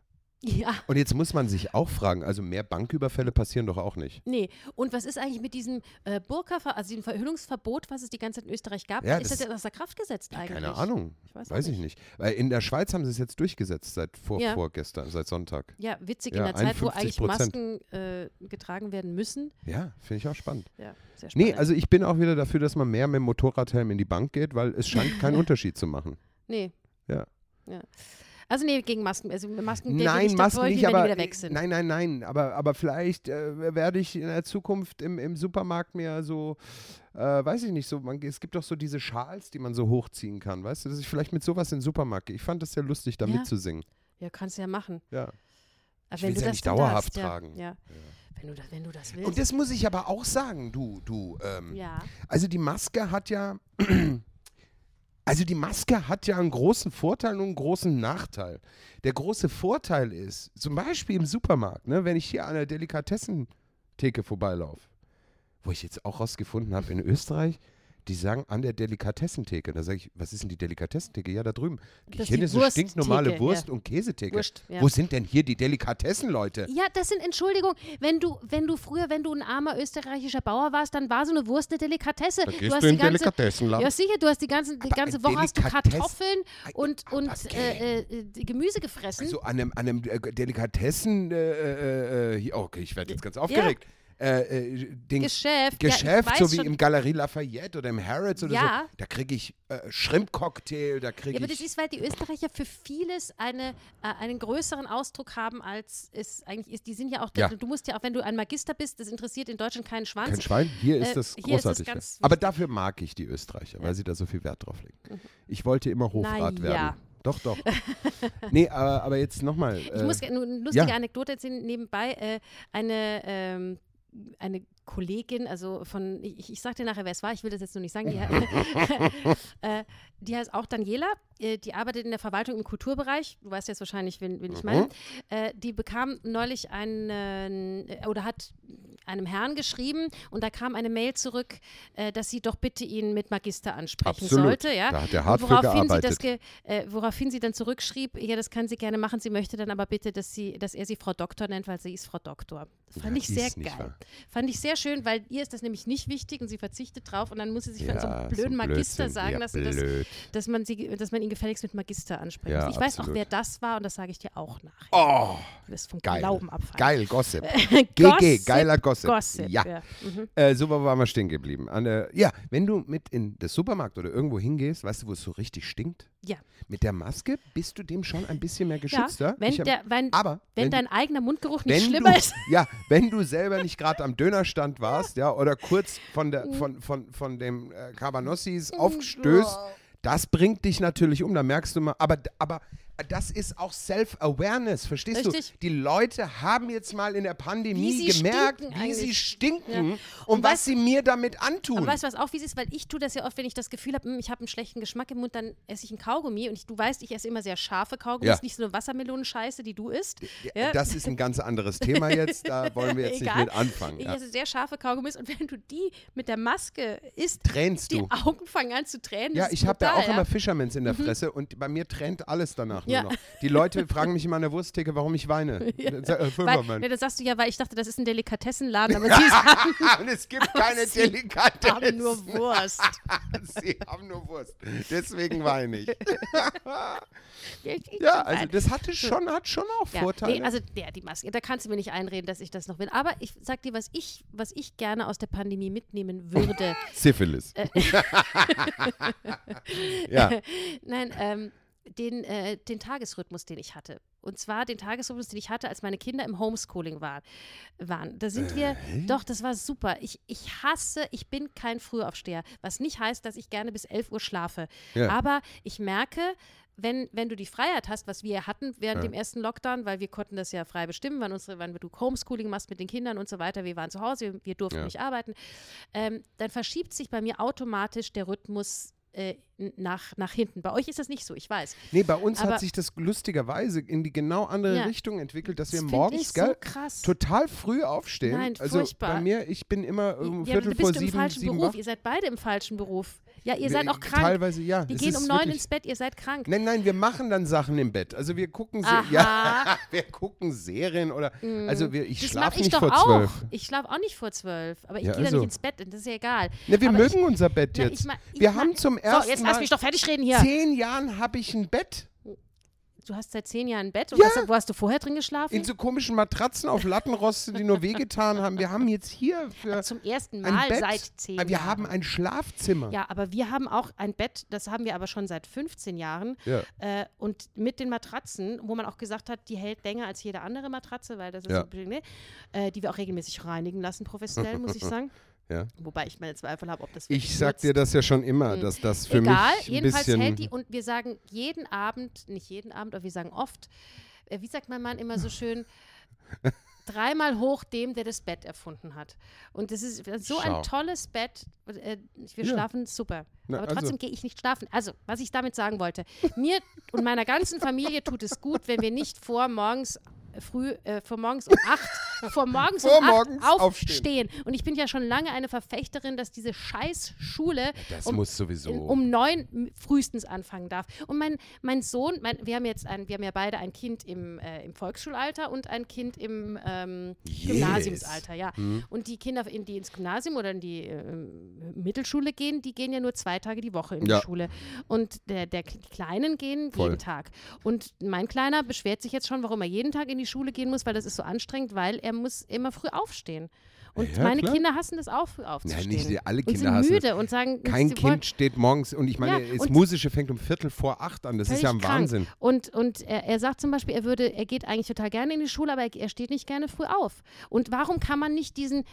B: Ja,
A: Und jetzt muss man sich auch fragen, also mehr Banküberfälle passieren doch auch nicht.
B: nee. Und was ist eigentlich mit diesem äh, Burka, also diesem Verhüllungsverbot, was es die ganze Zeit in Österreich gab?
A: Ja,
B: ist
A: das-
B: das jetzt außer Kraft gesetzt eigentlich?
A: Keine Ahnung.
B: Ich
A: Weiß,
B: weiß auch
A: ich nicht. Weil in der Schweiz haben sie es jetzt durchgesetzt seit vor,
B: Ja.
A: vorgestern, seit Sonntag.
B: Ja, witzig
A: Ja,
B: in der Zeit, wo eigentlich
A: 51%.
B: Masken äh, getragen werden müssen.
A: Ja, finde ich auch spannend.
B: Ja, sehr spannend.
A: Nee, also ich bin auch wieder dafür, dass man mehr mit dem Motorradhelm in die Bank geht, weil es scheint keinen Unterschied zu machen.
B: Nee.
A: Ja.
B: ja. Also nee, gegen Masken. Also Masken, der will
A: Nein,
B: ich
A: Masken
B: dafür,
A: nicht,
B: wenn
A: aber
B: die wieder weg sind.
A: nein, nein, nein, aber, aber vielleicht äh, werde ich in der Zukunft im, im Supermarkt mehr so, äh, weiß ich nicht, so, man, es gibt doch so diese Schals, die man so hochziehen kann, weißt du, dass ich vielleicht mit sowas in den Supermarkt gehe. Ich fand das sehr lustig, da
B: Ja.
A: mitzusingen.
B: Ja, kannst du ja machen.
A: Ja.
B: Aber
A: Ich
B: wenn
A: will's
B: du
A: ja
B: das
A: nicht
B: denn
A: dauerhaft
B: darfst, ja.
A: tragen.
B: Ja. Wenn, du das, wenn du das willst.
A: Und das muss ich aber auch sagen, du, du, ähm,
B: ja.
A: also die Maske hat ja, also die Maske hat ja einen großen Vorteil und einen großen Nachteil. Der große Vorteil ist, zum Beispiel im Supermarkt, ne, wenn ich hier an der Delikatessen-Theke vorbeilaufe, wo ich jetzt auch rausgefunden habe in Österreich, die sagen an der Delikatessentheke. Da sage ich, was ist denn die Delikatessentheke? Ja, da drüben. Geh
B: Das
A: ich hin,
B: ist
A: ist
B: die
A: eine stinknormale
B: Wursttheke,
A: Wurst- und Käsetheke.
B: Wurst, ja.
A: Wo sind denn hier die Delikatessen, Leute?
B: Ja, das sind, Entschuldigung, wenn du, wenn du früher, wenn du ein armer österreichischer Bauer warst, dann war so eine Wurst eine Delikatesse.
A: gehst
B: hast
A: du in
B: die ganze,
A: Delikatessenladen.
B: Ja, sicher, du hast die, ganzen, die
A: Aber
B: ganze
A: ein
B: Woche hast du
A: Delikatessen-
B: Kartoffeln und,
A: aber
B: und
A: geh.
B: äh, äh, die Gemüse gefressen.
A: So an einem, an einem äh, Delikatessen, äh, äh, äh, hier- oh, okay, ich werde jetzt ganz aufgeregt. Äh, äh, den
B: Geschäft, ja, ich
A: Geschäft
B: weiß
A: so wie
B: schon.
A: im Galerie Lafayette oder im Harrods oder
B: Ja.
A: so, da kriege ich äh, Shrimp-Cocktail, da kriege
B: ja, aber das
A: ich.
B: ist, weil die Österreicher für vieles eine, äh, einen größeren Ausdruck haben, als es eigentlich ist. Die sind ja auch,
A: Ja.
B: du musst ja auch, wenn du ein Magister bist, das interessiert in Deutschland keinen Schwanz.
A: kein Schwein, hier
B: Äh,
A: ist das
B: hier ist das
A: großartig. ja.
B: ganz
A: aber dafür mag ich die Österreicher, weil sie da so viel Wert drauf legen. Ich wollte immer Hofrat
B: Mhm. Na
A: werden.
B: ja.
A: Doch, doch. nee, aber, aber jetzt nochmal.
B: Ich
A: Äh,
B: muss ge- nur eine lustige
A: ja.
B: Anekdote erzählen. Nebenbei äh, eine, ähm, eine Kollegin, also von, ich, ich sag dir nachher, wer es war, ich will das jetzt nur nicht sagen, die, äh, die heißt auch Daniela, äh, die arbeitet in der Verwaltung im Kulturbereich, du weißt jetzt wahrscheinlich, wen, wen
A: Mhm.
B: ich meine, äh, die bekam neulich einen, äh, oder hat einem Herrn geschrieben und da kam eine Mail zurück, äh, dass sie doch bitte ihn mit Magister ansprechen
A: Absolut.
B: sollte. Ja?
A: Da hat der
B: Und
A: hart für
B: woraufhin sie
A: gearbeitet.
B: das ge äh, woraufhin sie dann zurückschrieb, ja, das kann sie gerne machen, sie möchte dann aber bitte, dass, sie, dass er sie Frau Doktor nennt, weil sie ist Frau Doktor. Das fand
A: Ja,
B: ich sehr
A: ist nicht
B: geil.
A: wahr.
B: Fand ich sehr schön, weil ihr ist das nämlich nicht wichtig und sie verzichtet drauf und dann muss sie sich von so
A: Ja,
B: einem
A: so
B: blöden
A: ein
B: Magister
A: Blödsinn.
B: sagen
A: Ja,
B: lassen, dass,
A: blöd.
B: dass, man sie, dass man ihn gefälligst mit Magister ansprechen
A: Ja,
B: muss. Ich weiß auch,
A: absolut.
B: wer das war und das sage ich dir auch nachher.
A: Oh,
B: Du wirst vom
A: geil.
B: Glauben abfallen.
A: Geil, Gossip. GG,
B: Gossip.
A: geiler Gossip.
B: Gossip.
A: Ja.
B: ja. Mhm.
A: Äh, so waren wir stehen geblieben. An der, ja, wenn du mit in das Supermarkt oder irgendwo hingehst, weißt du, wo es so richtig stinkt?
B: Ja.
A: Mit der Maske bist du dem schon ein bisschen mehr
B: ja.
A: geschützter.
B: Wenn,
A: Ich hab-
B: der, wenn,
A: aber
B: wenn,
A: wenn,
B: dein eigener Mundgeruch
A: wenn
B: nicht schlimmer
A: du,
B: ist.
A: Ja, wenn du selber nicht gerade am Dönerstand warst, ja, oder kurz von, der, von, von, von dem äh, Cabanossis
B: Mhm.
A: aufstößt, das bringt dich natürlich um, da merkst du mal, aber, aber das ist auch Self-Awareness, verstehst
B: Richtig.
A: du? Die Leute haben jetzt mal in der Pandemie
B: Wie sie
A: gemerkt,
B: stinken
A: wie sie
B: eigentlich.
A: stinken
B: Ja.
A: und,
B: Und
A: was,
B: weißt-
A: sie mir damit antun.
B: Aber weißt du, was auch wie es ist? Weil ich tue das ja oft, wenn ich das Gefühl habe, hm, ich habe einen schlechten Geschmack im Mund, dann esse ich einen Kaugummi. Und ich, du weißt, ich esse immer sehr scharfe Kaugummis,
A: Ja.
B: nicht so eine Wassermelonenscheiße, die du isst.
A: Ja, Das ist ein ganz anderes Thema jetzt, da wollen wir jetzt nicht
B: Egal.
A: mit anfangen.
B: Ich
A: Ja.
B: esse sehr scharfe Kaugummis und wenn du die mit der Maske isst,
A: Tränst
B: die
A: du?
B: Augen fangen an zu tränen.
A: Ja,
B: das ist
A: ich habe da
B: brutal,
A: auch
B: ja. Mhm.
A: immer Fishermans in der Fresse und bei mir trennt alles danach
B: Ja.
A: nur noch. Die Leute fragen mich immer an der Wursttheke, warum ich weine. Sag, äh,
B: Weil,
A: Fünfermann.
B: ja, das sagst du ja, weil ich dachte, das ist ein Delikatessenladen, aber sie sagen,
A: Ah, Und es gibt keine
B: Ah, Sie haben
A: Delikatessen.
B: haben nur Wurst.
A: Sie haben nur Wurst. Deswegen weine ich.
B: Ja, ich- ich
A: Ja,
B: kann
A: also
B: sein.
A: das hatte schon, hat schon auch
B: Hm. Ja,
A: Vorteile.
B: Nee, also ja, die Maske, da kannst du mir nicht einreden, dass ich das noch will. Aber ich sag dir, was ich, was ich gerne aus der Pandemie mitnehmen würde.
A: Syphilis.
B: Äh.
A: ja,
B: Nein, ähm, den, äh, den Tagesrhythmus, den ich hatte. Und zwar den Tagesrhythmus, den ich hatte, als meine Kinder im Homeschooling waren. waren. Da sind wir,
A: Äh?
B: doch, das war super. Ich, ich hasse, ich bin kein Frühaufsteher, was nicht heißt, dass ich gerne bis 11 Uhr schlafe.
A: Ja.
B: Aber ich merke, wenn, wenn du die Freiheit hast, was wir hatten während
A: Ja.
B: dem ersten Lockdown, weil wir konnten das ja frei bestimmen, wann, unsere, wann du Homeschooling machst mit den Kindern und so weiter, wir waren zu Hause, wir durften
A: Ja.
B: nicht arbeiten, ähm, dann verschiebt sich bei mir automatisch der Rhythmus äh, n- nach, nach hinten. Bei euch ist das nicht so, ich weiß.
A: nee, bei uns
B: Aber-
A: hat sich das lustigerweise in die genau andere
B: Ja.
A: Richtung entwickelt, dass wir
B: das find
A: morgens,
B: ich so
A: gell,
B: krass.
A: total früh aufstehen.
B: Nein,
A: also
B: furchtbar.
A: bei mir, ich bin immer um
B: ja,
A: Viertel
B: aber du bist
A: vor
B: du im
A: sieben,
B: falschen
A: sieben
B: Beruf.
A: wach.
B: Ihr seid beide im falschen Beruf. Ja, ihr seid
A: Wir-
B: auch krank.
A: Teilweise, ja.
B: Wir
A: Es
B: gehen
A: ist
B: um neun
A: wirklich-
B: ins Bett, ihr seid krank.
A: Nein, nein, wir machen dann Sachen im Bett. Also wir gucken, Se
B: Aha. Mm.
A: ja, wir gucken Serien oder. Also wir, ich
B: das
A: schlafe
B: mache ich
A: nicht
B: doch
A: vor
B: auch.
A: zwölf.
B: Ich schlafe auch nicht vor zwölf. Aber ich
A: Ja,
B: gehe da
A: also.
B: nicht ins Bett, das ist ja egal.
A: Ne, wir
B: Aber
A: mögen unser Bett
B: ich, na,
A: jetzt.
B: ich ma- ich
A: wir
B: ma-
A: haben zum ersten
B: So, jetzt
A: Mal
B: lass mich doch fertig reden hier.
A: zehn Jahren habe ich ein Bett.
B: Du hast seit zehn Jahren ein Bett. Und
A: Ja.
B: was, wo hast du vorher drin geschlafen?
A: In so komischen Matratzen auf Lattenroste, die nur wehgetan haben. Wir haben jetzt hier für
B: Zum ersten
A: ein
B: Mal
A: Bett. Ah,
B: seit zehn
A: wir
B: Jahren.
A: haben ein Schlafzimmer.
B: Ja, aber wir haben auch ein Bett, das haben wir aber schon seit 15 Jahren.
A: Ja.
B: Äh, und mit den Matratzen, wo man auch gesagt hat, die hält länger als jede andere Matratze, weil das ist
A: Ja.
B: so, ne? äh, die wir auch regelmäßig reinigen lassen, professionell, muss ich sagen.
A: Ja.
B: Wobei ich meine Zweifel habe, ob das
A: Ich
B: wirklich
A: sag
B: nutzt.
A: dir das ja schon immer, dass das für
B: Mm. Egal,
A: mich ein
B: jedenfalls
A: bisschen
B: hält die und wir sagen jeden Abend, nicht jeden Abend, aber wir sagen oft, äh, wie sagt mein Mann immer so schön, dreimal hoch dem, der das Bett erfunden hat. Und das ist so
A: Schau.
B: ein tolles Bett. äh, Wir
A: Ja.
B: schlafen super.
A: Na,
B: aber
A: also.
B: trotzdem gehe ich nicht schlafen. Also, was ich damit sagen wollte, mir und meiner ganzen Familie tut es gut, wenn wir nicht vor morgens früh, äh, vor morgens um acht, vor morgens
A: Vor
B: um acht
A: morgens aufstehen.
B: aufstehen. Und ich bin ja schon lange eine Verfechterin, dass diese scheiß Schule
A: Das
B: um
A: muss sowieso.
B: in- um neun m- frühestens anfangen darf. Und mein, mein Sohn, mein, wir haben jetzt ein, wir haben ja beide ein Kind im, äh, im Volksschulalter und ein Kind im ähm,
A: Yes. Mhm.
B: Gymnasiumsalter, ja. Und die Kinder, in die ins Gymnasium oder in die ähm, Mittelschule gehen, die gehen ja nur zwei Tage die Woche in
A: Ja.
B: die Schule. Und der, der K- die Kleinen gehen
A: Voll.
B: jeden Tag. Und mein Kleiner beschwert sich jetzt schon, warum er jeden Tag in die Schule gehen muss, weil das ist so anstrengend, weil er muss immer früh aufstehen. Und
A: Ja,
B: meine
A: klar.
B: Kinder hassen das auch, früh aufzustehen.
A: nicht alle
B: und
A: Kinder
B: sind
A: hassen
B: müde und sagen,
A: Kein
B: sie
A: Kind
B: wollen-
A: steht morgens und ich meine,
B: Ja,
A: das
B: und-
A: Musische fängt um Viertel vor acht an. Das ist ja ein
B: völlig krank.
A: Wahnsinn.
B: Und, und er, er sagt zum Beispiel, er würde, er geht eigentlich total gerne in die Schule, aber er, er steht nicht gerne früh auf. Und warum kann man nicht diesen,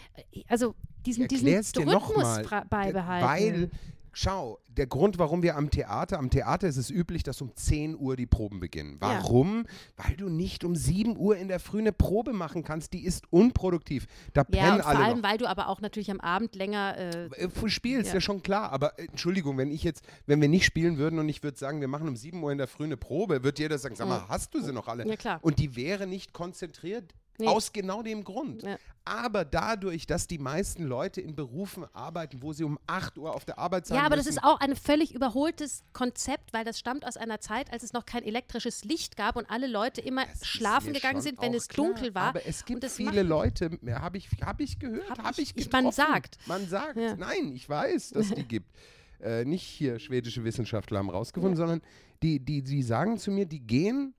B: also diesen, diesen
A: Erklär's dir noch
B: Rhythmus
A: mal.
B: fra-
A: Weil,
B: beibehalten?
A: schau, der Grund, warum wir am Theater, am Theater ist es üblich, dass um 10 Uhr die Proben beginnen. Warum? Weil du nicht um 7 Uhr in der Früh eine Probe machen kannst. Die ist unproduktiv. Da
B: ja,
A: pennen
B: und vor
A: alle
B: allem,
A: noch.
B: weil du aber auch natürlich am Abend länger äh,
A: Äh, Du spielst,
B: Ja.
A: ja. schon klar, aber äh, Entschuldigung, wenn ich jetzt, wenn wir nicht spielen würden und ich würde sagen, wir machen um 7 Uhr in der Früh eine Probe, wird jeder sagen, sag mal, hast du sie noch alle?
B: Ja, klar.
A: Und die wäre nicht konzentriert,
B: Nee.
A: aus genau dem Grund.
B: Ja.
A: Aber dadurch, dass die meisten Leute in Berufen arbeiten, wo sie um 8 Uhr auf der Arbeit sein
B: Ja, aber das
A: müssen,
B: ist auch ein völlig überholtes Konzept, weil das stammt aus einer Zeit, als es noch kein elektrisches Licht gab und alle Leute immer
A: Das ist
B: schlafen
A: mir
B: gegangen
A: schon
B: sind, wenn
A: auch
B: es dunkel
A: klar.
B: war.
A: Aber es
B: und
A: gibt
B: das
A: viele
B: macht-
A: Leute, habe ich, hab ich gehört,
B: Hab
A: habe
B: ich-
A: ich,
B: ich- man
A: getroffen.
B: sagt.
A: Man sagt,
B: Ja.
A: nein, ich weiß, dass die gibt. Äh, nicht hier schwedische Wissenschaftler haben rausgefunden, sondern die, die, die sagen zu mir, die gehen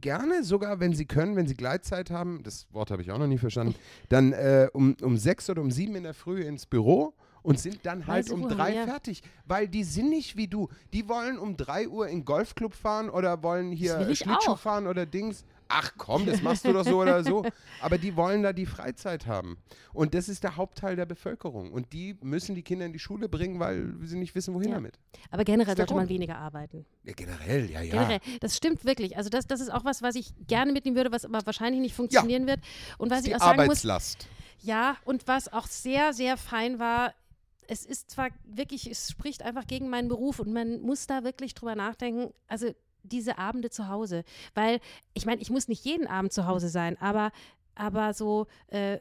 A: gerne sogar, wenn Sie können, wenn Sie Gleitzeit haben, das Wort habe ich auch noch nie verstanden, dann äh, um, um sechs oder um sieben in der Früh ins Büro und sind dann halt
B: Leise
A: um
B: Uhr,
A: drei
B: ja.
A: fertig. Weil die sind nicht wie du. Die wollen um drei Uhr in den Golfclub fahren oder wollen hier
B: will ich
A: Schlittschuh
B: auch.
A: fahren oder Dings. Ach komm, das machst du doch so oder so. Aber die wollen da die Freizeit haben. Und das ist der Hauptteil der Bevölkerung. Und die müssen die Kinder in die Schule bringen, weil sie nicht wissen, wohin
B: Ja.
A: damit.
B: Aber generell
A: Ist der
B: sollte man
A: Grund.
B: weniger arbeiten.
A: Ja, generell, ja, ja.
B: Generell, das stimmt wirklich. Also das, das ist auch was, was ich gerne mitnehmen würde, was aber wahrscheinlich nicht funktionieren wird. Und was
A: Die
B: ich auch sagen muss,
A: Arbeitslast.
B: Ja, und was auch sehr, sehr fein war, es ist zwar wirklich, es spricht einfach gegen meinen Beruf und man muss da wirklich drüber nachdenken, also diese Abende zu Hause. Weil, ich meine, ich muss nicht jeden Abend zu Hause sein, aber, aber so äh,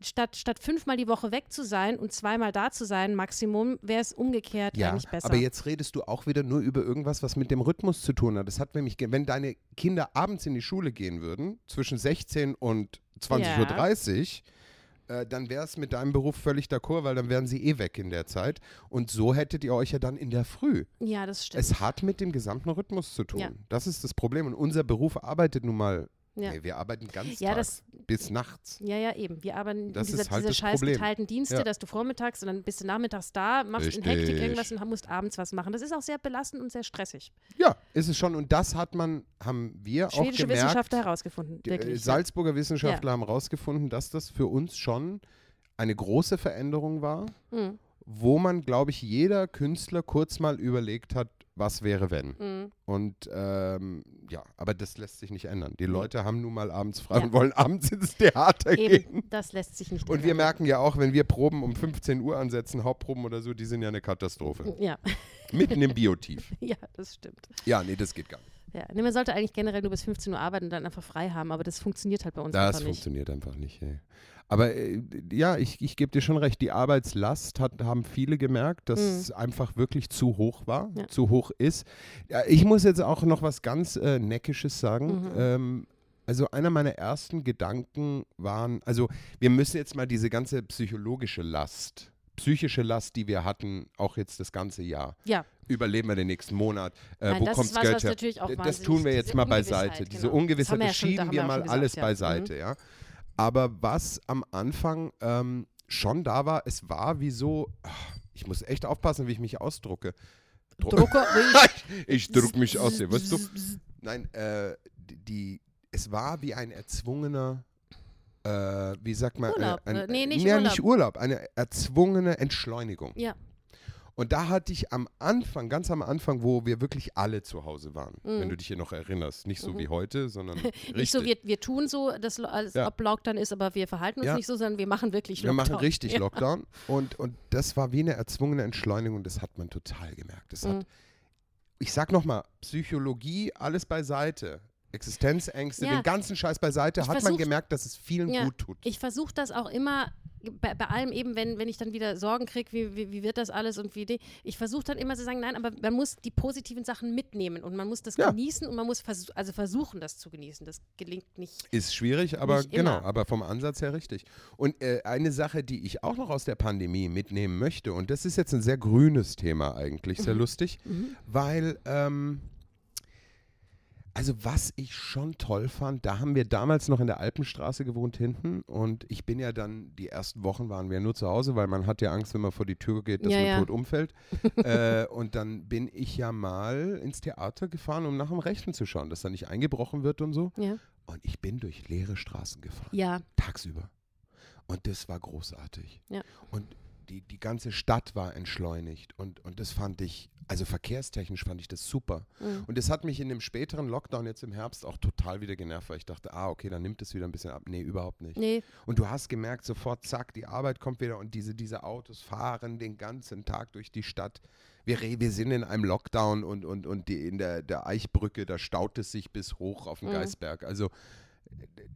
B: statt, statt fünfmal die Woche weg zu sein und zweimal da zu sein, Maximum, wäre es umgekehrt
A: Ja,
B: eigentlich besser.
A: aber jetzt redest du auch wieder nur über irgendwas, was mit dem Rhythmus zu tun hat. Das hat nämlich, ge- wenn deine Kinder abends in die Schule gehen würden, zwischen 16 und 20.30 Uhr, äh, dann wäre es mit deinem Beruf völlig d'accord, weil dann wären sie eh weg in der Zeit. Und so hättet ihr euch ja dann in der Früh.
B: ja, das stimmt.
A: Es hat mit dem gesamten Rhythmus zu tun.
B: Ja.
A: Das ist das Problem. Und unser Beruf arbeitet nun mal.
B: Ja.
A: Nee, wir arbeiten ganz
B: Ja,
A: Tag
B: das-
A: bis nachts.
B: Ja, ja, eben. Wir arbeiten
A: Das
B: dieser,
A: ist halt
B: diese
A: das
B: scheiß
A: Problem.
B: geteilten Dienste,
A: Ja.
B: dass du vormittags und dann bist du nachmittags da, machst in Hektik
A: Richtig.
B: irgendwas und musst abends was machen. Das ist auch sehr belastend und sehr stressig.
A: Ja, ist es schon. Und das hat man, haben wir auch
B: Schwedische
A: gemerkt.
B: Wissenschaftler herausgefunden,
A: Die, äh,
B: wirklich.
A: Salzburger Wissenschaftler haben herausgefunden, dass das für uns schon eine große Veränderung war,
B: Mhm.
A: wo man, glaube ich, jeder Künstler kurz mal überlegt hat, was wäre wenn.
B: Mhm.
A: Und ähm, ja, aber das lässt sich nicht ändern. Die Leute haben nun mal abends frei
B: Ja.
A: und wollen abends ins Theater gehen.
B: Eben, das lässt sich nicht
A: Und wir
B: ändern.
A: merken ja auch, wenn wir Proben um 15 Uhr ansetzen, Hauptproben oder so, die sind ja eine Katastrophe.
B: Ja,
A: Mitten im Biotief.
B: ja, das stimmt.
A: Ja, nee, das geht gar nicht.
B: Ja. Nee, man sollte eigentlich generell nur bis 15 Uhr arbeiten und dann einfach frei haben, aber das funktioniert halt bei uns
A: Das
B: einfach nicht.
A: funktioniert einfach nicht. Ey. Aber äh, ja, ich, ich gebe dir schon recht, die Arbeitslast hat, haben viele gemerkt, dass
B: Mhm.
A: es einfach wirklich zu hoch war,
B: Ja.
A: zu hoch ist. Ja, ich muss jetzt auch noch was ganz äh, Neckisches sagen.
B: Mhm.
A: Ähm, also einer meiner ersten Gedanken waren, also wir müssen jetzt mal diese ganze psychologische Last, psychische Last, die wir hatten, auch jetzt das ganze Jahr.
B: Ja.
A: Überleben wir den nächsten Monat? Äh,
B: Nein,
A: wo
B: das
A: kommt
B: ist was,
A: Geld
B: was
A: her?
B: natürlich auch
A: D- Das
B: wahnsinnig-
A: tun wir jetzt
B: diese
A: mal beiseite.
B: Ungewissheit,
A: Diese
B: genau. Das
A: Ungewissheit,
B: haben wir
A: das
B: ja schon- da
A: schieben
B: haben
A: wir
B: ja
A: mal
B: schon
A: alles
B: gesagt, ja. Mhm.
A: beiseite, ja. Aber was am Anfang ähm, schon da war, es war wie so, ach, ich muss echt aufpassen, wie ich mich ausdrucke. Dro-
B: Drucker,
A: ich druck mich aus hier, weißt du? Nein, äh, die, die, es war wie ein erzwungener, äh, wie sagt man?
B: Urlaub,
A: Äh, ein,
B: äh, nee, nicht
A: ja,
B: Urlaub.
A: nicht Urlaub, eine erzwungene Entschleunigung.
B: ja,
A: Und da hatte ich am Anfang, ganz am Anfang, wo wir wirklich alle zu Hause waren, wenn du dich hier noch erinnerst, nicht so wie heute, sondern richtig.
B: Mhm. nicht so, wir, wir tun so, dass, lo- als
A: Ja.
B: ob Lockdown ist, aber wir verhalten uns
A: Ja.
B: nicht so, sondern wir machen wirklich
A: wir
B: Lockdown.
A: machen richtig
B: ja.
A: Lockdown und, und das war wie eine erzwungene Entschleunigung, das hat man total gemerkt. Das
B: Mhm.
A: hat, ich sag nochmal, Psychologie, alles beiseite, Existenzängste,
B: Ja.
A: den ganzen Scheiß beiseite,
B: Ich
A: hat man
B: versuch-
A: gemerkt, dass es vielen
B: Ja,
A: gut tut.
B: Ich versuche das auch immer, bei, bei allem eben, wenn, wenn ich dann wieder Sorgen kriege, wie, wie, wie wird das alles und wie. die- Ich versuche dann immer zu sagen, nein, aber man muss die positiven Sachen mitnehmen und man muss das
A: Ja.
B: genießen und man muss versuch, also versuchen, das zu genießen. Das gelingt nicht.
A: Ist schwierig, aber
B: Nicht
A: genau,
B: immer.
A: aber vom Ansatz her richtig. Und äh, eine Sache, die ich auch noch aus der Pandemie mitnehmen möchte, und das ist jetzt ein sehr grünes Thema eigentlich,
B: Mhm.
A: sehr lustig, weil, ähm, also was ich schon toll fand, da haben wir damals noch in der Alpenstraße gewohnt hinten und ich bin ja dann, die ersten Wochen waren wir nur zu Hause, weil man hat ja Angst, wenn man vor die Tür geht, dass
B: Ja,
A: man
B: ja.
A: tot umfällt. äh, und dann bin ich ja mal ins Theater gefahren, um nach dem Rechten zu schauen, dass da nicht eingebrochen wird und so.
B: Ja.
A: Und ich bin durch leere Straßen gefahren,
B: Ja.
A: tagsüber. Und das war großartig.
B: Ja.
A: Und die, die ganze Stadt war entschleunigt. Und, und das fand ich, also verkehrstechnisch fand ich das super.
B: Mhm.
A: Und das hat mich in dem späteren Lockdown jetzt im Herbst auch total wieder genervt, weil ich dachte, ah, okay, dann nimmt es wieder ein bisschen ab. Nee, überhaupt nicht.
B: Nee,
A: Und du hast gemerkt, sofort, zack, die Arbeit kommt wieder und diese, diese Autos fahren den ganzen Tag durch die Stadt. Wir, re- wir sind in einem Lockdown und, und, und die, in der, der Eichbrücke, da staut es sich bis hoch auf den
B: Mhm.
A: Geisberg. Also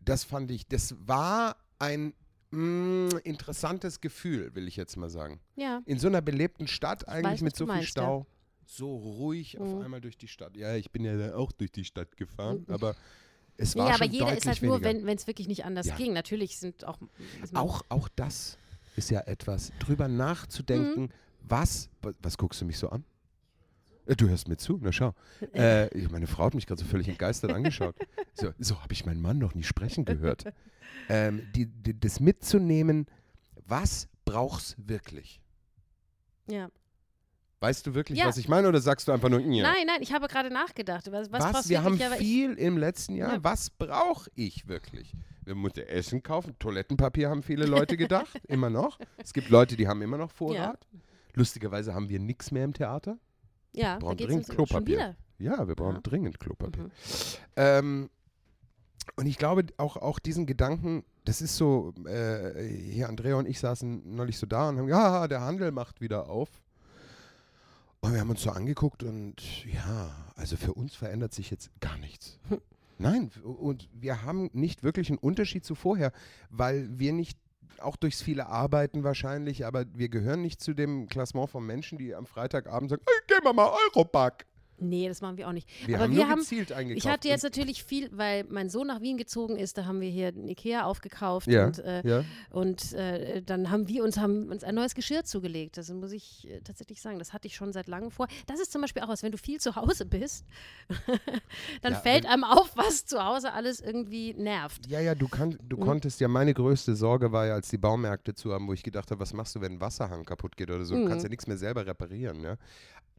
A: das fand ich, das war ein mm, interessantes Gefühl, will ich jetzt mal sagen.
B: ja.
A: In so einer belebten Stadt eigentlich
B: weiß, was
A: mit
B: du
A: so viel
B: meinst, ja. Mhm.
A: Stau, so ruhig auf einmal durch die Stadt. Ja, ich bin ja dann auch durch die Stadt gefahren, aber es war
B: Nee,
A: schon
B: aber jeder
A: deutlich
B: ist halt
A: weniger.
B: nur, wenn es wirklich nicht anders
A: Ja.
B: ging. Natürlich sind auch. also, ist man-
A: Auch, auch das ist ja etwas, drüber nachzudenken, was, wa- was guckst du mich so an? Äh, Du hörst mir zu, na schau. Äh, ich- meine Frau hat mich gerade so völlig entgeistert angeschaut. So, so habe ich meinen Mann noch nie sprechen gehört. Ähm, die, die, das mitzunehmen, was brauchst wirklich?
B: Ja.
A: Weißt du wirklich,
B: Ja.
A: was ich meine oder sagst du einfach nur, ja?
B: Nein, nein, ich habe gerade nachgedacht. Was, was,
A: was,
B: brauchst du
A: wir haben
B: wirklich? Aber ich-
A: viel im letzten Jahr.
B: Ja.
A: Was brauche ich wirklich? Wir mussten Essen kaufen. Toilettenpapier haben viele Leute gedacht, immer noch. Es gibt Leute, die haben immer noch Vorrat. Lustigerweise haben wir nichts mehr im Theater.
B: Ja, da
A: Brauchen
B: geht
A: dringend
B: es schon
A: Klopapier.
B: wieder.
A: Ja, wir brauchen
B: Ja.
A: dringend Klopapier.
B: Mhm.
A: Ähm, und ich glaube, auch, auch diesen Gedanken, das ist so, äh, hier Andrea und ich saßen neulich so da und haben, ja, der Handel macht wieder auf. Und wir haben uns so angeguckt und ja, also für uns verändert sich jetzt gar nichts. Nein, w- und wir haben nicht wirklich einen Unterschied zu vorher, weil wir nicht, auch durchs viele Arbeiten wahrscheinlich, aber wir gehören nicht zu dem Klassement von Menschen, die am Freitagabend sagen, hey, gehen wir mal Europack.
B: Nee, das machen wir auch nicht.
A: Wir
B: aber
A: haben
B: wir
A: nur
B: haben.
A: gezielt eingekauft.
B: Ich hatte jetzt
A: und,
B: natürlich viel, weil mein Sohn nach Wien gezogen ist, da haben wir hier einen Ikea aufgekauft
A: ja,
B: und, äh,
A: ja.
B: und äh, dann haben wir uns, haben uns ein neues Geschirr zugelegt. Das muss ich äh, tatsächlich sagen, das hatte ich schon seit langem vor. Das ist zum Beispiel auch was, wenn du viel zu Hause bist, dann
A: Ja,
B: fällt
A: wenn-
B: einem auf, was zu Hause alles irgendwie nervt.
A: Ja, ja, du, kann, du
B: Mhm.
A: konntest ja, meine größte Sorge war ja, als die Baumärkte zu haben, wo ich gedacht habe, was machst du, wenn ein Wasserhang kaputt geht oder so, du
B: Mhm.
A: kannst ja nichts mehr selber reparieren, ja.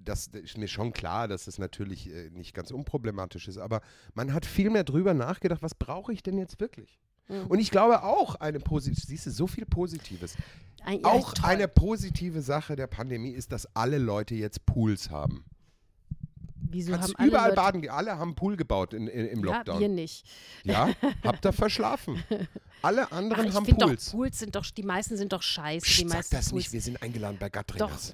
A: Das ist mir schon klar, dass das natürlich äh, nicht ganz unproblematisch ist, aber man hat viel mehr drüber nachgedacht, was brauche ich denn jetzt wirklich?
B: Mhm.
A: Und ich glaube auch eine positive, siehst du, so viel Positives.
B: Ein- ja,
A: auch
B: toll.
A: eine positive Sache der Pandemie ist, dass alle Leute jetzt Pools haben.
B: Wieso
A: Kannst
B: haben alle
A: überall
B: Leute-
A: baden gehen. Alle haben einen Pool gebaut in, in, im
B: Ja, wir
A: Lockdown.
B: nicht.
A: Ja, habt ihr verschlafen. Alle
B: Ach,
A: anderen
B: ich
A: haben
B: finde
A: Pools.
B: doch, Pools sind doch, die meisten sind doch scheiße. die
A: Psst, sag
B: meisten
A: das
B: Pools
A: nicht, wir sind eingeladen bei
B: Doch.
A: Gattrinders.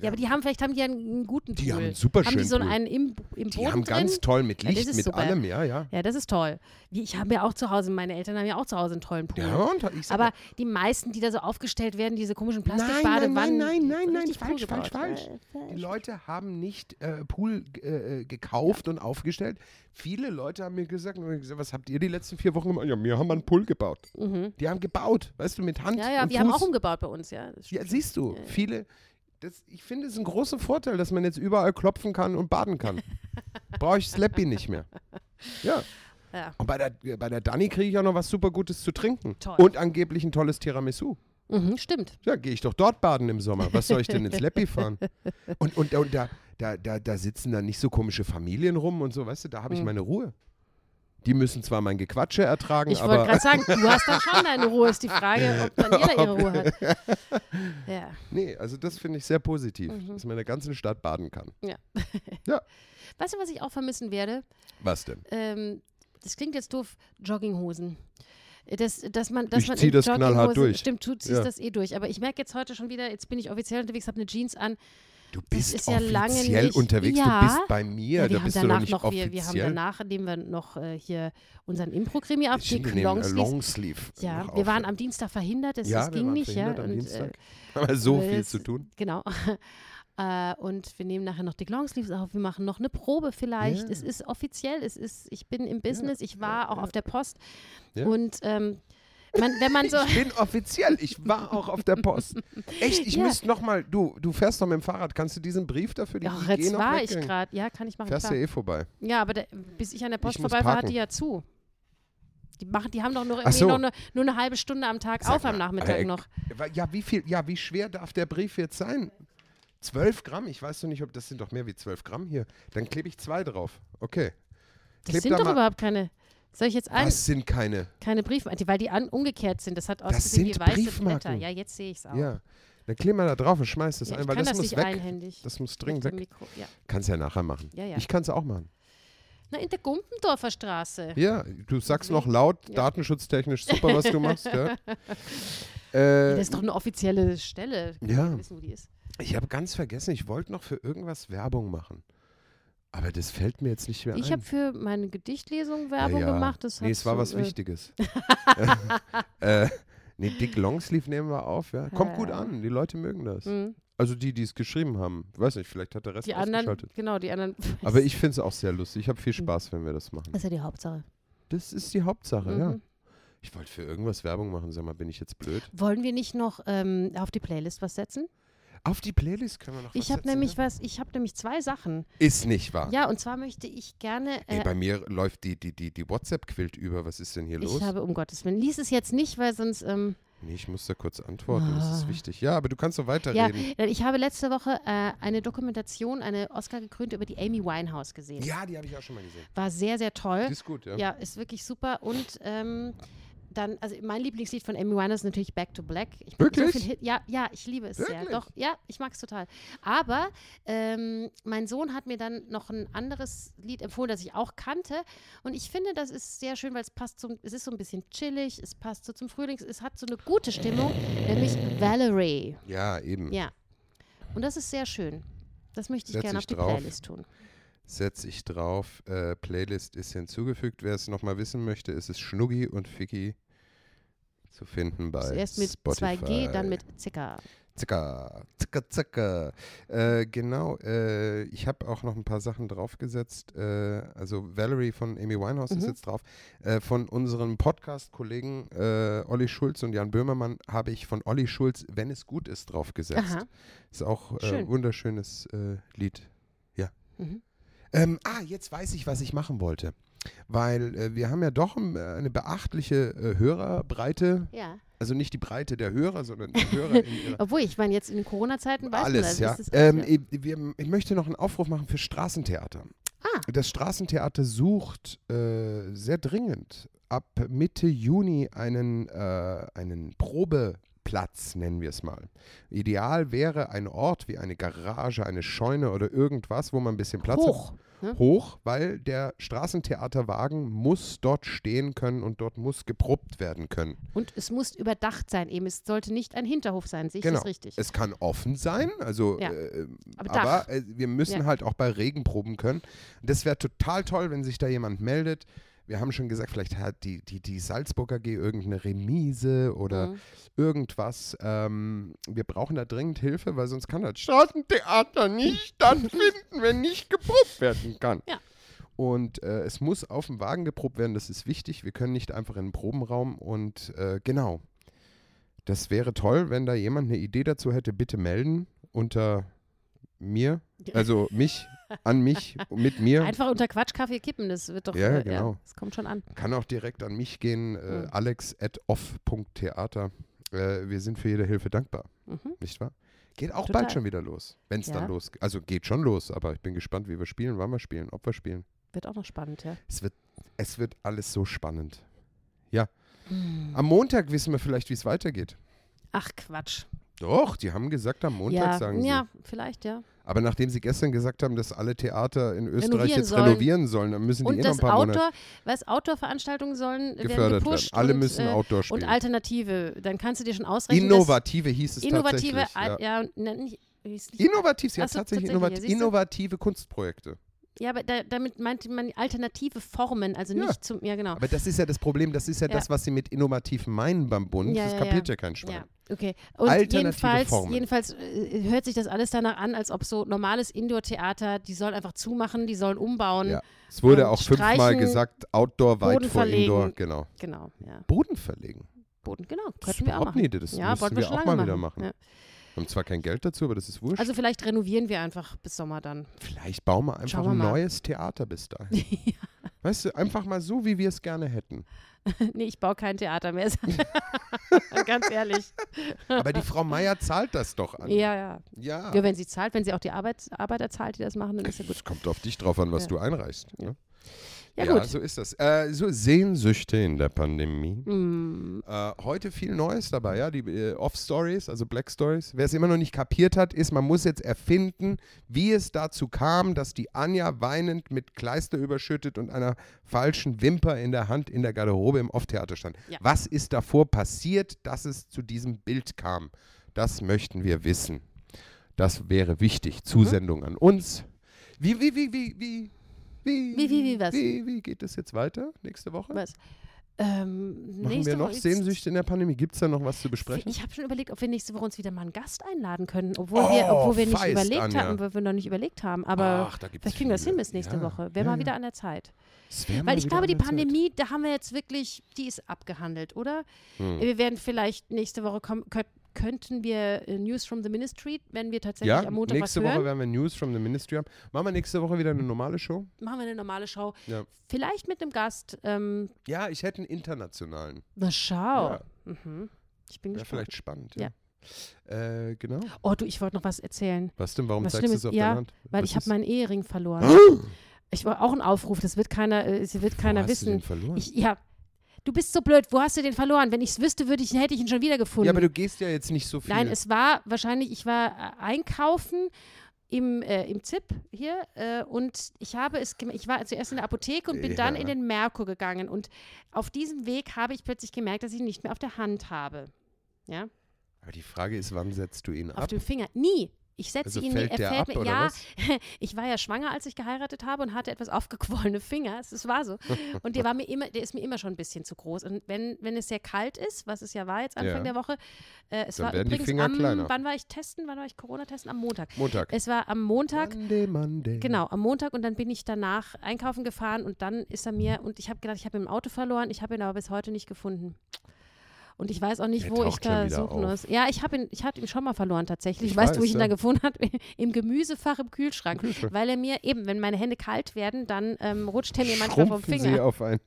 B: ja, aber die haben vielleicht haben die einen, einen guten Pool.
A: Die haben einen superschönen
B: Haben die so
A: Pool.
B: einen im, im Boden
A: Die haben ganz
B: drin?
A: toll mit
B: Ja, das
A: Licht,
B: ist
A: mit
B: super.
A: allem, ja, ja.
B: Ja, das ist toll. Wie, ich habe ja auch zu Hause, meine Eltern haben ja auch zu Hause einen tollen Pool.
A: ja und ich sag
B: aber
A: ja,
B: die meisten, die da so aufgestellt werden, diese komischen
A: nein, nein, nein,
B: Plastikbadewannen.
A: nein,
B: die
A: nein,
B: sind
A: nein,
B: richtig
A: falsch, falsch,
B: zugebaut.
A: falsch. Die Leute haben nicht äh, Pool äh, äh, gekauft und aufgestellt. Viele Leute haben mir gesagt, und ich gesagt, was habt ihr die letzten vier Wochen gemacht? Ja, wir haben einen Pool gebaut. Die haben gebaut, weißt du, mit Hand
B: Mhm. Ja, ja,
A: und Fuß.
B: wir haben auch umgebaut bei uns, ja. Das
A: Ja,
B: stimmt.
A: siehst du, viele. Das, ich finde es ist ein großer Vorteil, dass man jetzt überall klopfen kann und baden kann. Brauche ich Slappy nicht mehr. Ja.
B: Ja.
A: Und bei der, bei der Dani kriege ich auch noch was super Gutes zu trinken.
B: Toll.
A: Und angeblich ein tolles Tiramisu.
B: Mhm, stimmt.
A: Ja, gehe ich doch dort baden im Sommer. Was soll ich denn ins Leppi fahren? Und, und, und da, da, da, da sitzen dann nicht so komische Familien rum und so, weißt du, da habe ich
B: Hm.
A: meine Ruhe. Die müssen zwar mein Gequatsche ertragen,
B: Ich wollte
A: aber
B: gerade sagen, du hast dann schon deine Ruhe, ist die Frage, ob dann jeder ihre Ruhe hat. Ja.
A: nee, also das finde ich sehr positiv,
B: Mhm.
A: dass man in der ganzen Stadt baden kann.
B: Weißt du, was ich auch vermissen werde?
A: Was denn?
B: ähm, das klingt jetzt doof, Jogginghosen. Das, dass man, dass
A: Ich
B: man
A: zieh
B: in
A: das knallhart
B: Jogginghosen-
A: durch.
B: Stimmt, du ziehst
A: Ja.
B: das eh durch. Aber ich merke jetzt heute schon wieder, jetzt bin ich offiziell unterwegs, habe eine Jeans an.
A: Du bist
B: ist ja lange
A: offiziell
B: nicht-
A: unterwegs,
B: Ja.
A: du bist bei mir,
B: wir
A: da
B: haben
A: bist du
B: danach
A: doch nicht
B: noch, wir,
A: offiziell.
B: wir haben danach, indem wir noch äh, hier unseren Impro-Krimi
A: Stimmt,
B: aufnehmen,
A: wir nehmen, äh,
B: Longsleeves.
A: Longsleeve.
B: Ja,
A: noch
B: wir waren
A: auf.
B: am Dienstag verhindert, das,
A: ja,
B: das
A: wir
B: ging
A: waren
B: nicht, ja.
A: verhindert Am
B: und,
A: Dienstag.
B: Äh,
A: Aber so
B: äh,
A: viel
B: das-
A: zu tun.
B: genau. Äh, und wir nehmen nachher noch die Longsleeves auf, wir machen noch eine Probe vielleicht.
A: Ja.
B: Es ist offiziell, es ist, ich bin im Business, ich war auch auf der Post.
A: Ja.
B: Und ähm, man, wenn man so.
A: Ich bin offiziell, ich war auch auf der Post. Echt, ich
B: Ja.
A: müsste noch mal, du, du fährst doch mit dem Fahrrad, kannst du diesen Brief dafür, die
B: Ach,
A: IG
B: jetzt
A: noch
B: war ich
A: wegbringen?
B: gerade. Ja, kann ich machen.
A: Fährst
B: Klar.
A: ja eh vorbei.
B: Ja, aber der, bis ich an der Post
A: muss
B: vorbei war,
A: parken.
B: hat die ja zu. Die, machen, die haben doch nur,
A: Ach so.
B: nur, eine, nur eine halbe Stunde am Tag
A: Sag
B: auf am
A: mal,
B: Nachmittag
A: äh,
B: noch.
A: Ja, wie viel, ja, wie schwer darf der Brief jetzt sein? 12 Gramm? Ich weiß doch nicht, ob das sind doch mehr wie 12 Gramm hier. Dann klebe ich zwei drauf. Okay.
B: Das
A: kleb
B: sind
A: da
B: doch
A: mal-
B: überhaupt keine. Soll ich jetzt ein,
A: Das sind keine.
B: keine Briefe, die- weil die an, umgekehrt sind. Das hat
A: Das
B: ausgesehen wie
A: sind
B: weiße
A: Briefmarken.
B: Blätter. Ja, jetzt sehe ich es auch.
A: Ja. Dann kleben wir da drauf und schmeiß das
B: Ja,
A: ein,
B: ich
A: weil
B: kann
A: das,
B: das
A: muss
B: nicht
A: weg.
B: einhändig.
A: Das muss dringend
B: Mit dem
A: weg.
B: Mikro, ja.
A: Kannst ja nachher machen.
B: Ja, ja.
A: Ich kann es auch machen.
B: Na, in der Gumpendorfer Straße.
A: Ja, du sagst noch laut, datenschutztechnisch super, was du machst. Ja. Äh,
B: Das ist doch eine offizielle Stelle. Kann
A: Ja.
B: man wissen, wo die ist.
A: Ich habe ganz vergessen, ich wollte noch für irgendwas Werbung machen. Aber das fällt mir jetzt nicht mehr
B: Ich
A: ein.
B: habe für meine Gedichtlesung Werbung
A: ja.
B: gemacht. Das
A: nee,
B: hat
A: es war
B: so,
A: was
B: äh,
A: Wichtiges. äh, nee, Dick Longsleeve nehmen wir auf, ja. Kommt gut
B: Ja.
A: an, die Leute mögen das.
B: mh.
A: Also die, die es geschrieben haben. Weiß nicht, vielleicht hat der Rest
B: Hm. Die anderen,
A: ausgeschaltet.
B: genau, die anderen.
A: Aber ich finde es auch sehr lustig. Ich habe viel
B: Hm.
A: Spaß, wenn wir das machen.
B: Das ist ja die Hauptsache.
A: Das ist die Hauptsache, ja.
B: Mhm.
A: Ich wollte für irgendwas Werbung machen, sag mal, bin ich jetzt blöd?
B: Wollen wir nicht noch ähm, auf die Playlist was setzen?
A: Auf die Playlist können wir noch was
B: Ich habe
A: setzen,
B: nämlich
A: ne?
B: was, ich habe nämlich zwei Sachen.
A: Ist nicht wahr.
B: Ja, und zwar möchte ich gerne.
A: Ey,
B: Äh,
A: bei mir läuft die, die, die, die WhatsApp-Quilt über. Was ist denn hier los?
B: ich habe, um Gottes Willen, lies es jetzt nicht, weil sonst. Ähm,
A: nee, ich muss da kurz antworten. Das ist wichtig. Ja, aber du kannst doch
B: Ah. ja,
A: weiterreden.
B: denn ich habe letzte Woche äh, eine Dokumentation, eine Oscar-gekrönte über die Amy Winehouse gesehen.
A: Ja, die habe ich auch schon mal gesehen.
B: War sehr, sehr toll.
A: Die ist gut, ja.
B: Ja, ist wirklich super. Und ähm, dann, also mein Lieblingslied von Amy Winehouse ist natürlich Back to Black. Ich bin
A: Wirklich?
B: So viel Hit, ja, ja, ich liebe es sehr.
A: Wirklich?
B: Doch, ja, ich mag es total. Aber ähm, mein Sohn hat mir dann noch ein anderes Lied empfohlen, das ich auch kannte. Und ich finde, das ist sehr schön, weil es passt zum, es ist so ein bisschen chillig, es passt so zum Frühlings, es hat so eine gute Stimmung, nämlich Valerie.
A: Ja, eben.
B: Ja. Und das ist sehr schön. Das möchte ich
A: Hm. Setz
B: gerne
A: ich
B: auf die
A: drauf.
B: Playlist tun.
A: Setze ich drauf. Äh, Playlist ist hinzugefügt. Wer es nochmal wissen möchte, ist es Schnuggi und Ficky zu finden bei
B: Zuerst mit
A: Spotify.
B: 2G, dann mit Zicker.
A: Zicker, zicker, zicker. Äh, genau, äh, ich habe auch noch ein paar Sachen draufgesetzt. Äh, also Valerie von Amy Winehouse ist
B: Mhm.
A: jetzt drauf. Äh, von unseren Podcast-Kollegen äh, Olli Schulz und Jan Böhmermann habe ich von Olli Schulz, wenn es gut ist, draufgesetzt.
B: Aha.
A: Ist auch äh,
B: Schön.
A: wunderschönes äh, Lied.
B: Mhm.
A: Ähm, ah, jetzt weiß ich, was ich machen wollte. Weil äh, wir haben ja doch ähm, äh, eine beachtliche äh, Hörerbreite.
B: Ja.
A: Also nicht die Breite der Hörer, sondern die Hörer in ihrer
B: Obwohl, ich meine, jetzt in den Corona-Zeiten weiß man
A: alles,
B: das.
A: ja.
B: Es ist-
A: Ähm, ich, wir, ich möchte noch einen Aufruf machen für Straßentheater.
B: Ah.
A: Das Straßentheater sucht äh, sehr dringend ab Mitte Juni einen, äh, einen Probeplatz, nennen wir es mal. Ideal wäre ein Ort wie eine Garage, eine Scheune oder irgendwas, wo man ein bisschen Platz hat
B: hoch. ne?
A: hoch, weil der Straßentheaterwagen muss dort stehen können und dort muss geprobt werden können.
B: Und es muss überdacht sein eben. Es sollte nicht ein Hinterhof sein, sehe ich
A: Genau.
B: das richtig?
A: Es kann offen sein, also
B: Ja.
A: äh,
B: Aber Dach.
A: aber äh, wir müssen
B: Ja.
A: halt auch bei Regen proben können. Das wäre total toll, wenn sich da jemand meldet. Wir haben schon gesagt, vielleicht hat die, die, die Salzburger G irgendeine Remise oder
B: Mhm.
A: irgendwas. Ähm, wir brauchen da dringend Hilfe, weil sonst kann das Straßentheater nicht stattfinden, wenn nicht geprobt werden kann.
B: Ja.
A: Und äh, es muss auf dem Wagen geprobt werden, das ist wichtig. Wir können nicht einfach in den Probenraum und äh, genau. Das wäre toll, wenn da jemand eine Idee dazu hätte, bitte melden unter mir, also mich, an mich, mit mir.
B: Einfach unter Quatsch Kaffee kippen, das wird doch.
A: Ja,
B: äh,
A: genau.
B: das kommt schon an.
A: Kann auch direkt an mich gehen, äh,
B: Mhm.
A: alex.off.theater. Äh, wir sind für jede Hilfe dankbar,
B: Mhm.
A: nicht wahr? Geht auch
B: Total.
A: bald schon wieder los, wenn es
B: Ja.
A: dann los, also geht schon los, aber ich bin gespannt, wie wir spielen, wann wir spielen, ob wir spielen.
B: Wird auch noch spannend, ja.
A: Es wird, es wird alles so spannend. Ja.
B: Mhm.
A: Am Montag wissen wir vielleicht, wie es weitergeht.
B: Hm. Ach Quatsch.
A: Doch, die haben gesagt, am Montag
B: ja,
A: sagen sie.
B: ja, vielleicht, ja.
A: Aber nachdem sie gestern gesagt haben, dass alle Theater in Österreich
B: Renovieren
A: jetzt
B: sollen.
A: renovieren sollen, dann müssen die eh
B: Und
A: noch ein
B: das
A: paar Monate
B: Outdoor, was Outdoor-Veranstaltungen sollen, äh, werden
A: gefördert werden.
B: gepusht.
A: Alle
B: und,
A: müssen
B: äh,
A: Outdoor
B: Und
A: spielen.
B: Alternative, dann kannst du dir schon ausrechnen. dass
A: Innovative hieß es
B: Innovative,
A: tatsächlich.
B: Al-
A: ja.
B: ja, und ne, nicht, hieß nicht-
A: Innovativ, sie
B: Ach
A: hat
B: so,
A: tatsächlich,
B: tatsächlich, ja,
A: innovat
B: siehst du?
A: innovative Kunstprojekte.
B: ja, aber da, damit meinte man alternative Formen, also
A: Ja.
B: nicht zum, ja genau.
A: Aber das ist ja das Problem, das ist ja,
B: Ja.
A: das, was sie mit innovativ meinen beim Bund.
B: Ja,
A: das
B: ja,
A: kapiert ja, kein Schwein.
B: Ja, okay. Und
A: Alternative
B: jedenfalls,
A: Formen.
B: jedenfalls äh, hört sich das alles danach an, als ob so normales Indoor-Theater, die sollen einfach zumachen, die sollen umbauen.
A: Ja. Es wurde
B: Und
A: auch fünfmal
B: streichen,
A: gesagt, Outdoor weit
B: Boden
A: vor
B: verlegen.
A: Indoor. Genau.
B: Genau, ja.
A: Boden verlegen.
B: Boden, genau.
A: Das
B: Könnten wir auch
A: braucht
B: machen.
A: nie, das
B: ja,
A: müssen
B: wollten wir,
A: wir
B: schon
A: auch
B: lange
A: mal wieder machen.
B: Ja.
A: Wir haben zwar kein Geld dazu, aber das ist wurscht.
B: Also vielleicht renovieren wir einfach bis Sommer dann.
A: Vielleicht bauen wir einfach
B: Schauen wir
A: ein
B: mal.
A: neues Theater bis dahin. Weißt du, einfach mal so, wie wir es gerne hätten.
B: nee, ich baue kein Theater mehr. Ganz ehrlich.
A: Aber die Frau Meier zahlt das doch an.
B: Ja, ja.
A: Ja.
B: Ja, wenn sie zahlt, wenn sie auch die Arbeit, Arbeiter zahlt, die das machen, dann ist ja gut.
A: Es kommt auf dich drauf an, was
B: Ja.
A: du einreichst. Ne?
B: Ja, gut.
A: so ist das. Äh, so Sehnsüchte in der Pandemie.
B: Mm,
A: Äh, heute viel Neues dabei, ja. Die äh, Off-Stories, also Black Stories. Wer es immer noch nicht kapiert hat, ist, man muss jetzt erfinden, wie es dazu kam, dass die Anja weinend mit Kleister überschüttet und einer falschen Wimper in der Hand in der Garderobe im Off-Theater stand.
B: Ja.
A: Was ist davor passiert, dass es zu diesem Bild kam? Das möchten wir wissen. Das wäre wichtig.
B: Mhm.
A: Zusendung an uns. Wie, wie, wie, wie, wie? Wie,
B: Wie, wie, wie was?
A: Wie, wie geht es jetzt weiter nächste Woche?
B: was? Ähm,
A: Machen
B: nächste
A: wir noch
B: Woche-
A: Sehnsüchte in der Pandemie? Gibt es da noch was zu besprechen?
B: Ich habe schon überlegt, ob wir nächste Woche uns wieder mal einen Gast einladen können, obwohl
A: Oh,
B: wir, obwohl wir nicht
A: feist,
B: überlegt
A: Anja.
B: haben, weil wir noch nicht überlegt haben. Aber
A: Ach, da gibt's
B: vielleicht kriegen wir das hin
A: viele.
B: bis nächste
A: Ja,
B: Woche.
A: ja,
B: Wäre mal
A: ja.
B: wieder an der Zeit.
A: Es wär mal
B: Weil ich
A: wieder
B: glaube,
A: an
B: die
A: der Zeit.
B: Pandemie,
A: Hm.
B: da haben wir jetzt wirklich, die ist abgehandelt, oder? Wir werden vielleicht nächste Woche kommen, könnt, könnten wir äh, News from the Ministry, wenn wir tatsächlich
A: Ja,
B: am Montag
A: nächste
B: was
A: Woche
B: hören,
A: werden wir News from the Ministry haben. Machen wir nächste Woche wieder eine normale Show?
B: machen wir eine normale Show.
A: Ja.
B: Vielleicht mit einem Gast. Ähm,
A: Ja, ich hätte einen internationalen.
B: na schau.
A: Ja.
B: Mhm. Ich bin
A: Wäre
B: gespannt.
A: vielleicht spannend. Ja. Äh, genau.
B: Oh du, ich wollte noch was erzählen,
A: Was denn? Warum
B: Was
A: zeigst du es
B: Schlimmes-
A: auf
B: ja,
A: deiner Hand?
B: weil
A: Was
B: ich habe
A: ist-
B: meinen Ehering verloren.
A: Wo
B: Ich war auch ein Aufruf, das wird keiner, äh, es wird keiner
A: hast Du den
B: wissen.
A: verloren?
B: Ich, ja, du bist so blöd. Wo hast du den verloren? Wenn ich es wüsste, würde ich, hätte ich ihn schon wieder gefunden.
A: ja, aber du gehst ja jetzt nicht so viel.
B: Nein, es war wahrscheinlich, ich war äh, einkaufen im, äh, im ZIP hier äh, und ich habe es, gem- ich war zuerst in der Apotheke und bin dann
A: Ja.
B: in den Merkur gegangen und auf diesem Weg habe ich plötzlich gemerkt, dass ich ihn nicht mehr auf der Hand habe. Ja,
A: aber die Frage ist, wann setzt du ihn
B: auf
A: ab?
B: dem Finger. Nie. Ich setze
A: Also
B: ihn
A: fällt
B: mir,
A: der
B: er fällt
A: ab
B: mir,
A: oder
B: ja,
A: was?
B: ich war ja schwanger, als ich geheiratet habe und hatte etwas aufgequollene Finger. Es es war so. Und der war mir immer, der ist mir immer schon ein bisschen zu groß. Und wenn, wenn es sehr kalt ist, was es ja war jetzt Anfang
A: Ja.
B: der Woche, äh, es
A: Dann
B: war
A: werden die
B: übrigens
A: Finger
B: am,
A: kleiner.
B: wann war ich testen, wann war ich Corona testen? Am Montag.
A: Montag.
B: Es war am Montag.
A: Monday, Monday.
B: Genau, am Montag und dann bin ich danach einkaufen gefahren und dann ist er mir und ich habe gedacht, ich habe ihn im Auto verloren, ich habe ihn aber bis heute nicht gefunden. Und ich weiß auch nicht,
A: Er
B: wo ich
A: taucht schon
B: da
A: wieder
B: suchen
A: auf.
B: muss. Ja, ich habe ihn, ich hatte ihn schon mal verloren tatsächlich.
A: Ich
B: weißt du, wo
A: weiß,
B: ich ihn
A: ja.
B: dann gefunden habe? Im Gemüsefach im Kühlschrank.
A: Im Kühlschrank.
B: Weil er mir eben, wenn meine Hände kalt werden, dann ähm, rutscht er mir manchmal vom
A: Schrumpfen sie
B: Finger.
A: auf ein.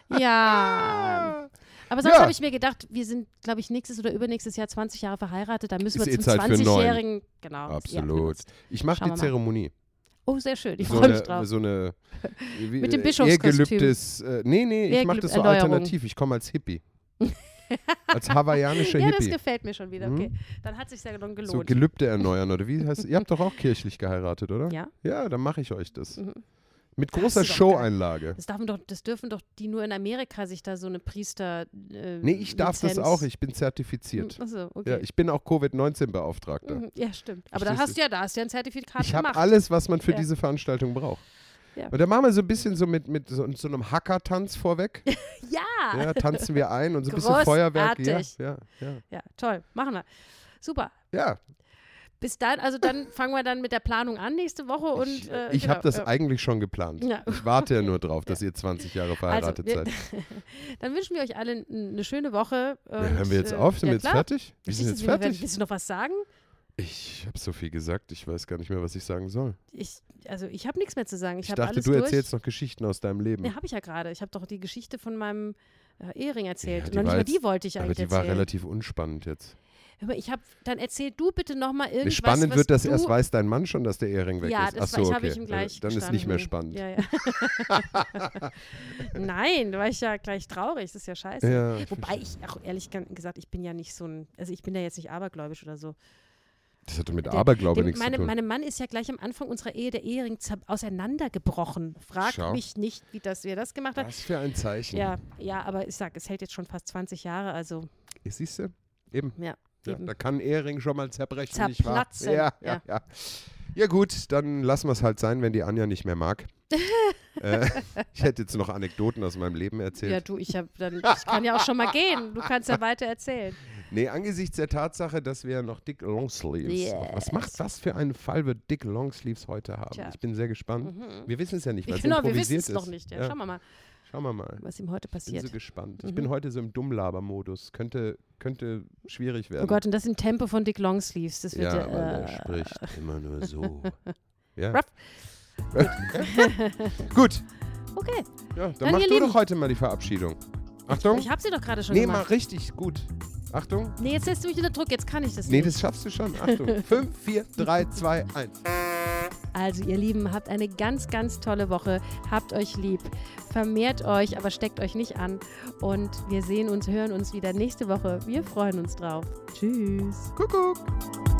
B: Ja. Aber sonst
A: Ja.
B: habe ich mir gedacht, wir sind, glaube ich, nächstes oder übernächstes Jahr 20 Jahre verheiratet. Da müssen
A: Ist eh
B: wir zum
A: Zeit für einen neuen.
B: 20-Jährigen. Genau. ja,
A: Absolut.
B: benutzt.
A: Ich mache
B: Schauen
A: die
B: wir mal.
A: Zeremonie.
B: Oh, sehr schön. Ich
A: so
B: freue mich
A: eine,
B: drauf.
A: So eine wie-
B: Mit dem
A: äh,
B: Bischofskostüm.
A: Ehegelübdes. Äh, nee, nee, ich mache
B: Ehegelüb-
A: das so
B: Erneuerung.
A: alternativ. Ich komme als Hippie. als hawaiianischer
B: Ja, das
A: Hippie.
B: gefällt mir schon wieder.
A: Mhm.
B: Okay. Dann hat sich ja dann gelohnt.
A: So Gelübde erneuern oder wie heißt Ihr habt doch auch kirchlich geheiratet, oder?
B: ja,
A: Ja, dann mache ich euch das.
B: Mhm.
A: Mit
B: Das
A: großer
B: ist doch
A: Show-Einlage.
B: das, darf man doch, das dürfen doch die nur in Amerika sich da so eine Priester. Äh,
A: Nee, ich darf das
B: Lizenz-
A: auch. Ich bin zertifiziert.
B: Achso, okay.
A: Ja, ich bin auch Covid-19-Beauftragter.
B: Mhm, ja, stimmt. Aber da
A: Verstehst
B: hast du ja, da hast du ja ein Zertifikat
A: Ich habe
B: gemacht.
A: alles, was man für
B: Ja.
A: diese Veranstaltung braucht.
B: Ja.
A: Und da machen wir so ein bisschen so mit, mit so, so einem Hacker-Tanz vorweg.
B: ja. ja.
A: Ja, tanzen wir ein und so ein bisschen
B: Großartig.
A: Feuerwerk. Ja, ja, ja.
B: toll. Machen wir. Super.
A: ja.
B: Bis dann, also dann fangen wir dann mit der Planung an nächste Woche und.
A: ich
B: äh,
A: ich
B: genau,
A: habe das
B: ja.
A: eigentlich schon geplant.
B: Ja. Also
A: Ich warte ja nur drauf, dass ihr 20 Jahre verheiratet
B: wir-
A: seid.
B: Dann wünschen wir euch alle n- eine schöne Woche.
A: Ja,
B: und,
A: hören wir jetzt
B: äh,
A: auf? Sind
B: ja,
A: wir jetzt
B: klar.
A: fertig? Wir sind
B: Siehst du,
A: jetzt
B: wir werden-
A: fertig.
B: Willst du noch was sagen?
A: Ich habe so viel gesagt, ich weiß gar nicht mehr, was ich sagen soll.
B: Ich, also ich habe nichts mehr zu sagen. Ich,
A: Ich
B: habe
A: dachte,
B: alles
A: du
B: durch.
A: erzählst noch Geschichten aus deinem Leben.
B: Ne, habe ich ja gerade. Ich habe doch die Geschichte von meinem äh, Ehering erzählt.
A: Ja,
B: Und
A: die
B: noch nicht
A: war
B: mal
A: jetzt-
B: die wollte ich
A: Aber
B: eigentlich
A: die war
B: erzählen.
A: relativ unspannend jetzt.
B: Hör mal, ich habe dann erzähl du bitte noch mal irgendwas.
A: spannend
B: was
A: wird, dass
B: du,
A: erst weiß dein Mann schon, dass der Ehering weg
B: Ja,
A: ist.
B: das
A: Achso,
B: war, ich
A: okay.
B: habe ich ihm gleich.
A: dann ist nicht mehr
B: gestanden.
A: spannend.
B: Ja, ja. Nein, da war ich ja gleich traurig. Das ist ja scheiße.
A: Ja, ich
B: Wobei ich auch ehrlich gan- gesagt, ich bin ja nicht so ein, also ich bin da jetzt nicht abergläubisch oder so.
A: Das hatte mit
B: Der-
A: Aberglaube
B: dem-
A: nichts
B: meine,
A: zu tun.
B: Meinem Mann ist ja gleich am Anfang unserer Ehe der Ehering zer- auseinandergebrochen. Frag
A: Schau.
B: mich nicht, wie das wer das gemacht hat.
A: Was für ein Zeichen.
B: Ja, ja, aber ich sag, es hält jetzt schon fast 20 Jahre, also
A: Siehst du? Eben.
B: ja.
A: Ja,
B: eben.
A: da kann Ehering schon mal zerbrechen. nicht wahr?
B: Zerplatzen,
A: Ja, ja, ja. Ja gut, dann lassen wir es halt sein, wenn die Anja nicht mehr mag. äh, ich hätte jetzt noch Anekdoten aus meinem Leben
B: Ja,
A: erzählt.
B: du, ich, hab dann, ich kann ja auch schon mal gehen. Du kannst ja weiter erzählen.
A: Nee, angesichts der Tatsache, dass wir noch Dick Longsleeves.
B: Yes.
A: Was macht das für einen Fall, wird Dick Longsleeves heute haben?
B: Tja. Mhm.
A: Ich bin sehr gespannt. Wir wissen es ja nicht, weil es
B: genau, wir wissen
A: improvisiert
B: es noch
A: ist.
B: nicht. Ja, Schauen wir mal,
A: Schauen wir mal.
B: was ihm heute
A: Ich bin so
B: passiert. Mhm.
A: gespannt. Ich bin heute so im Dummlaber-Modus. Könnte, könnte schwierig werden.
B: Oh Gott, und das im Tempo von Dick Longsleeves. Das wird
A: Ähm, Ja, aber
B: ja.
A: er
B: Äh,
A: spricht immer nur so. Ja.
B: Ruff.
A: Gut,
B: okay,
A: ja, dann,
B: Dann,
A: mach
B: ihr
A: du
B: Lieben.
A: doch heute mal die Verabschiedung. Achtung.
B: ich habe sie doch gerade schon
A: Nee, mal
B: gemacht.
A: richtig gut. Achtung.
B: Nee, jetzt lässt du mich unter Druck, jetzt kann ich das
A: Nee,
B: nicht.
A: das schaffst du schon. Achtung. 5, 4, 3, 2, 1.
B: Also ihr Lieben, habt eine ganz, ganz tolle Woche. Habt euch lieb. Vermehrt euch, aber steckt euch nicht an. Und wir sehen uns, hören uns wieder nächste Woche. Wir freuen uns drauf. Tschüss.
A: Kuckuck.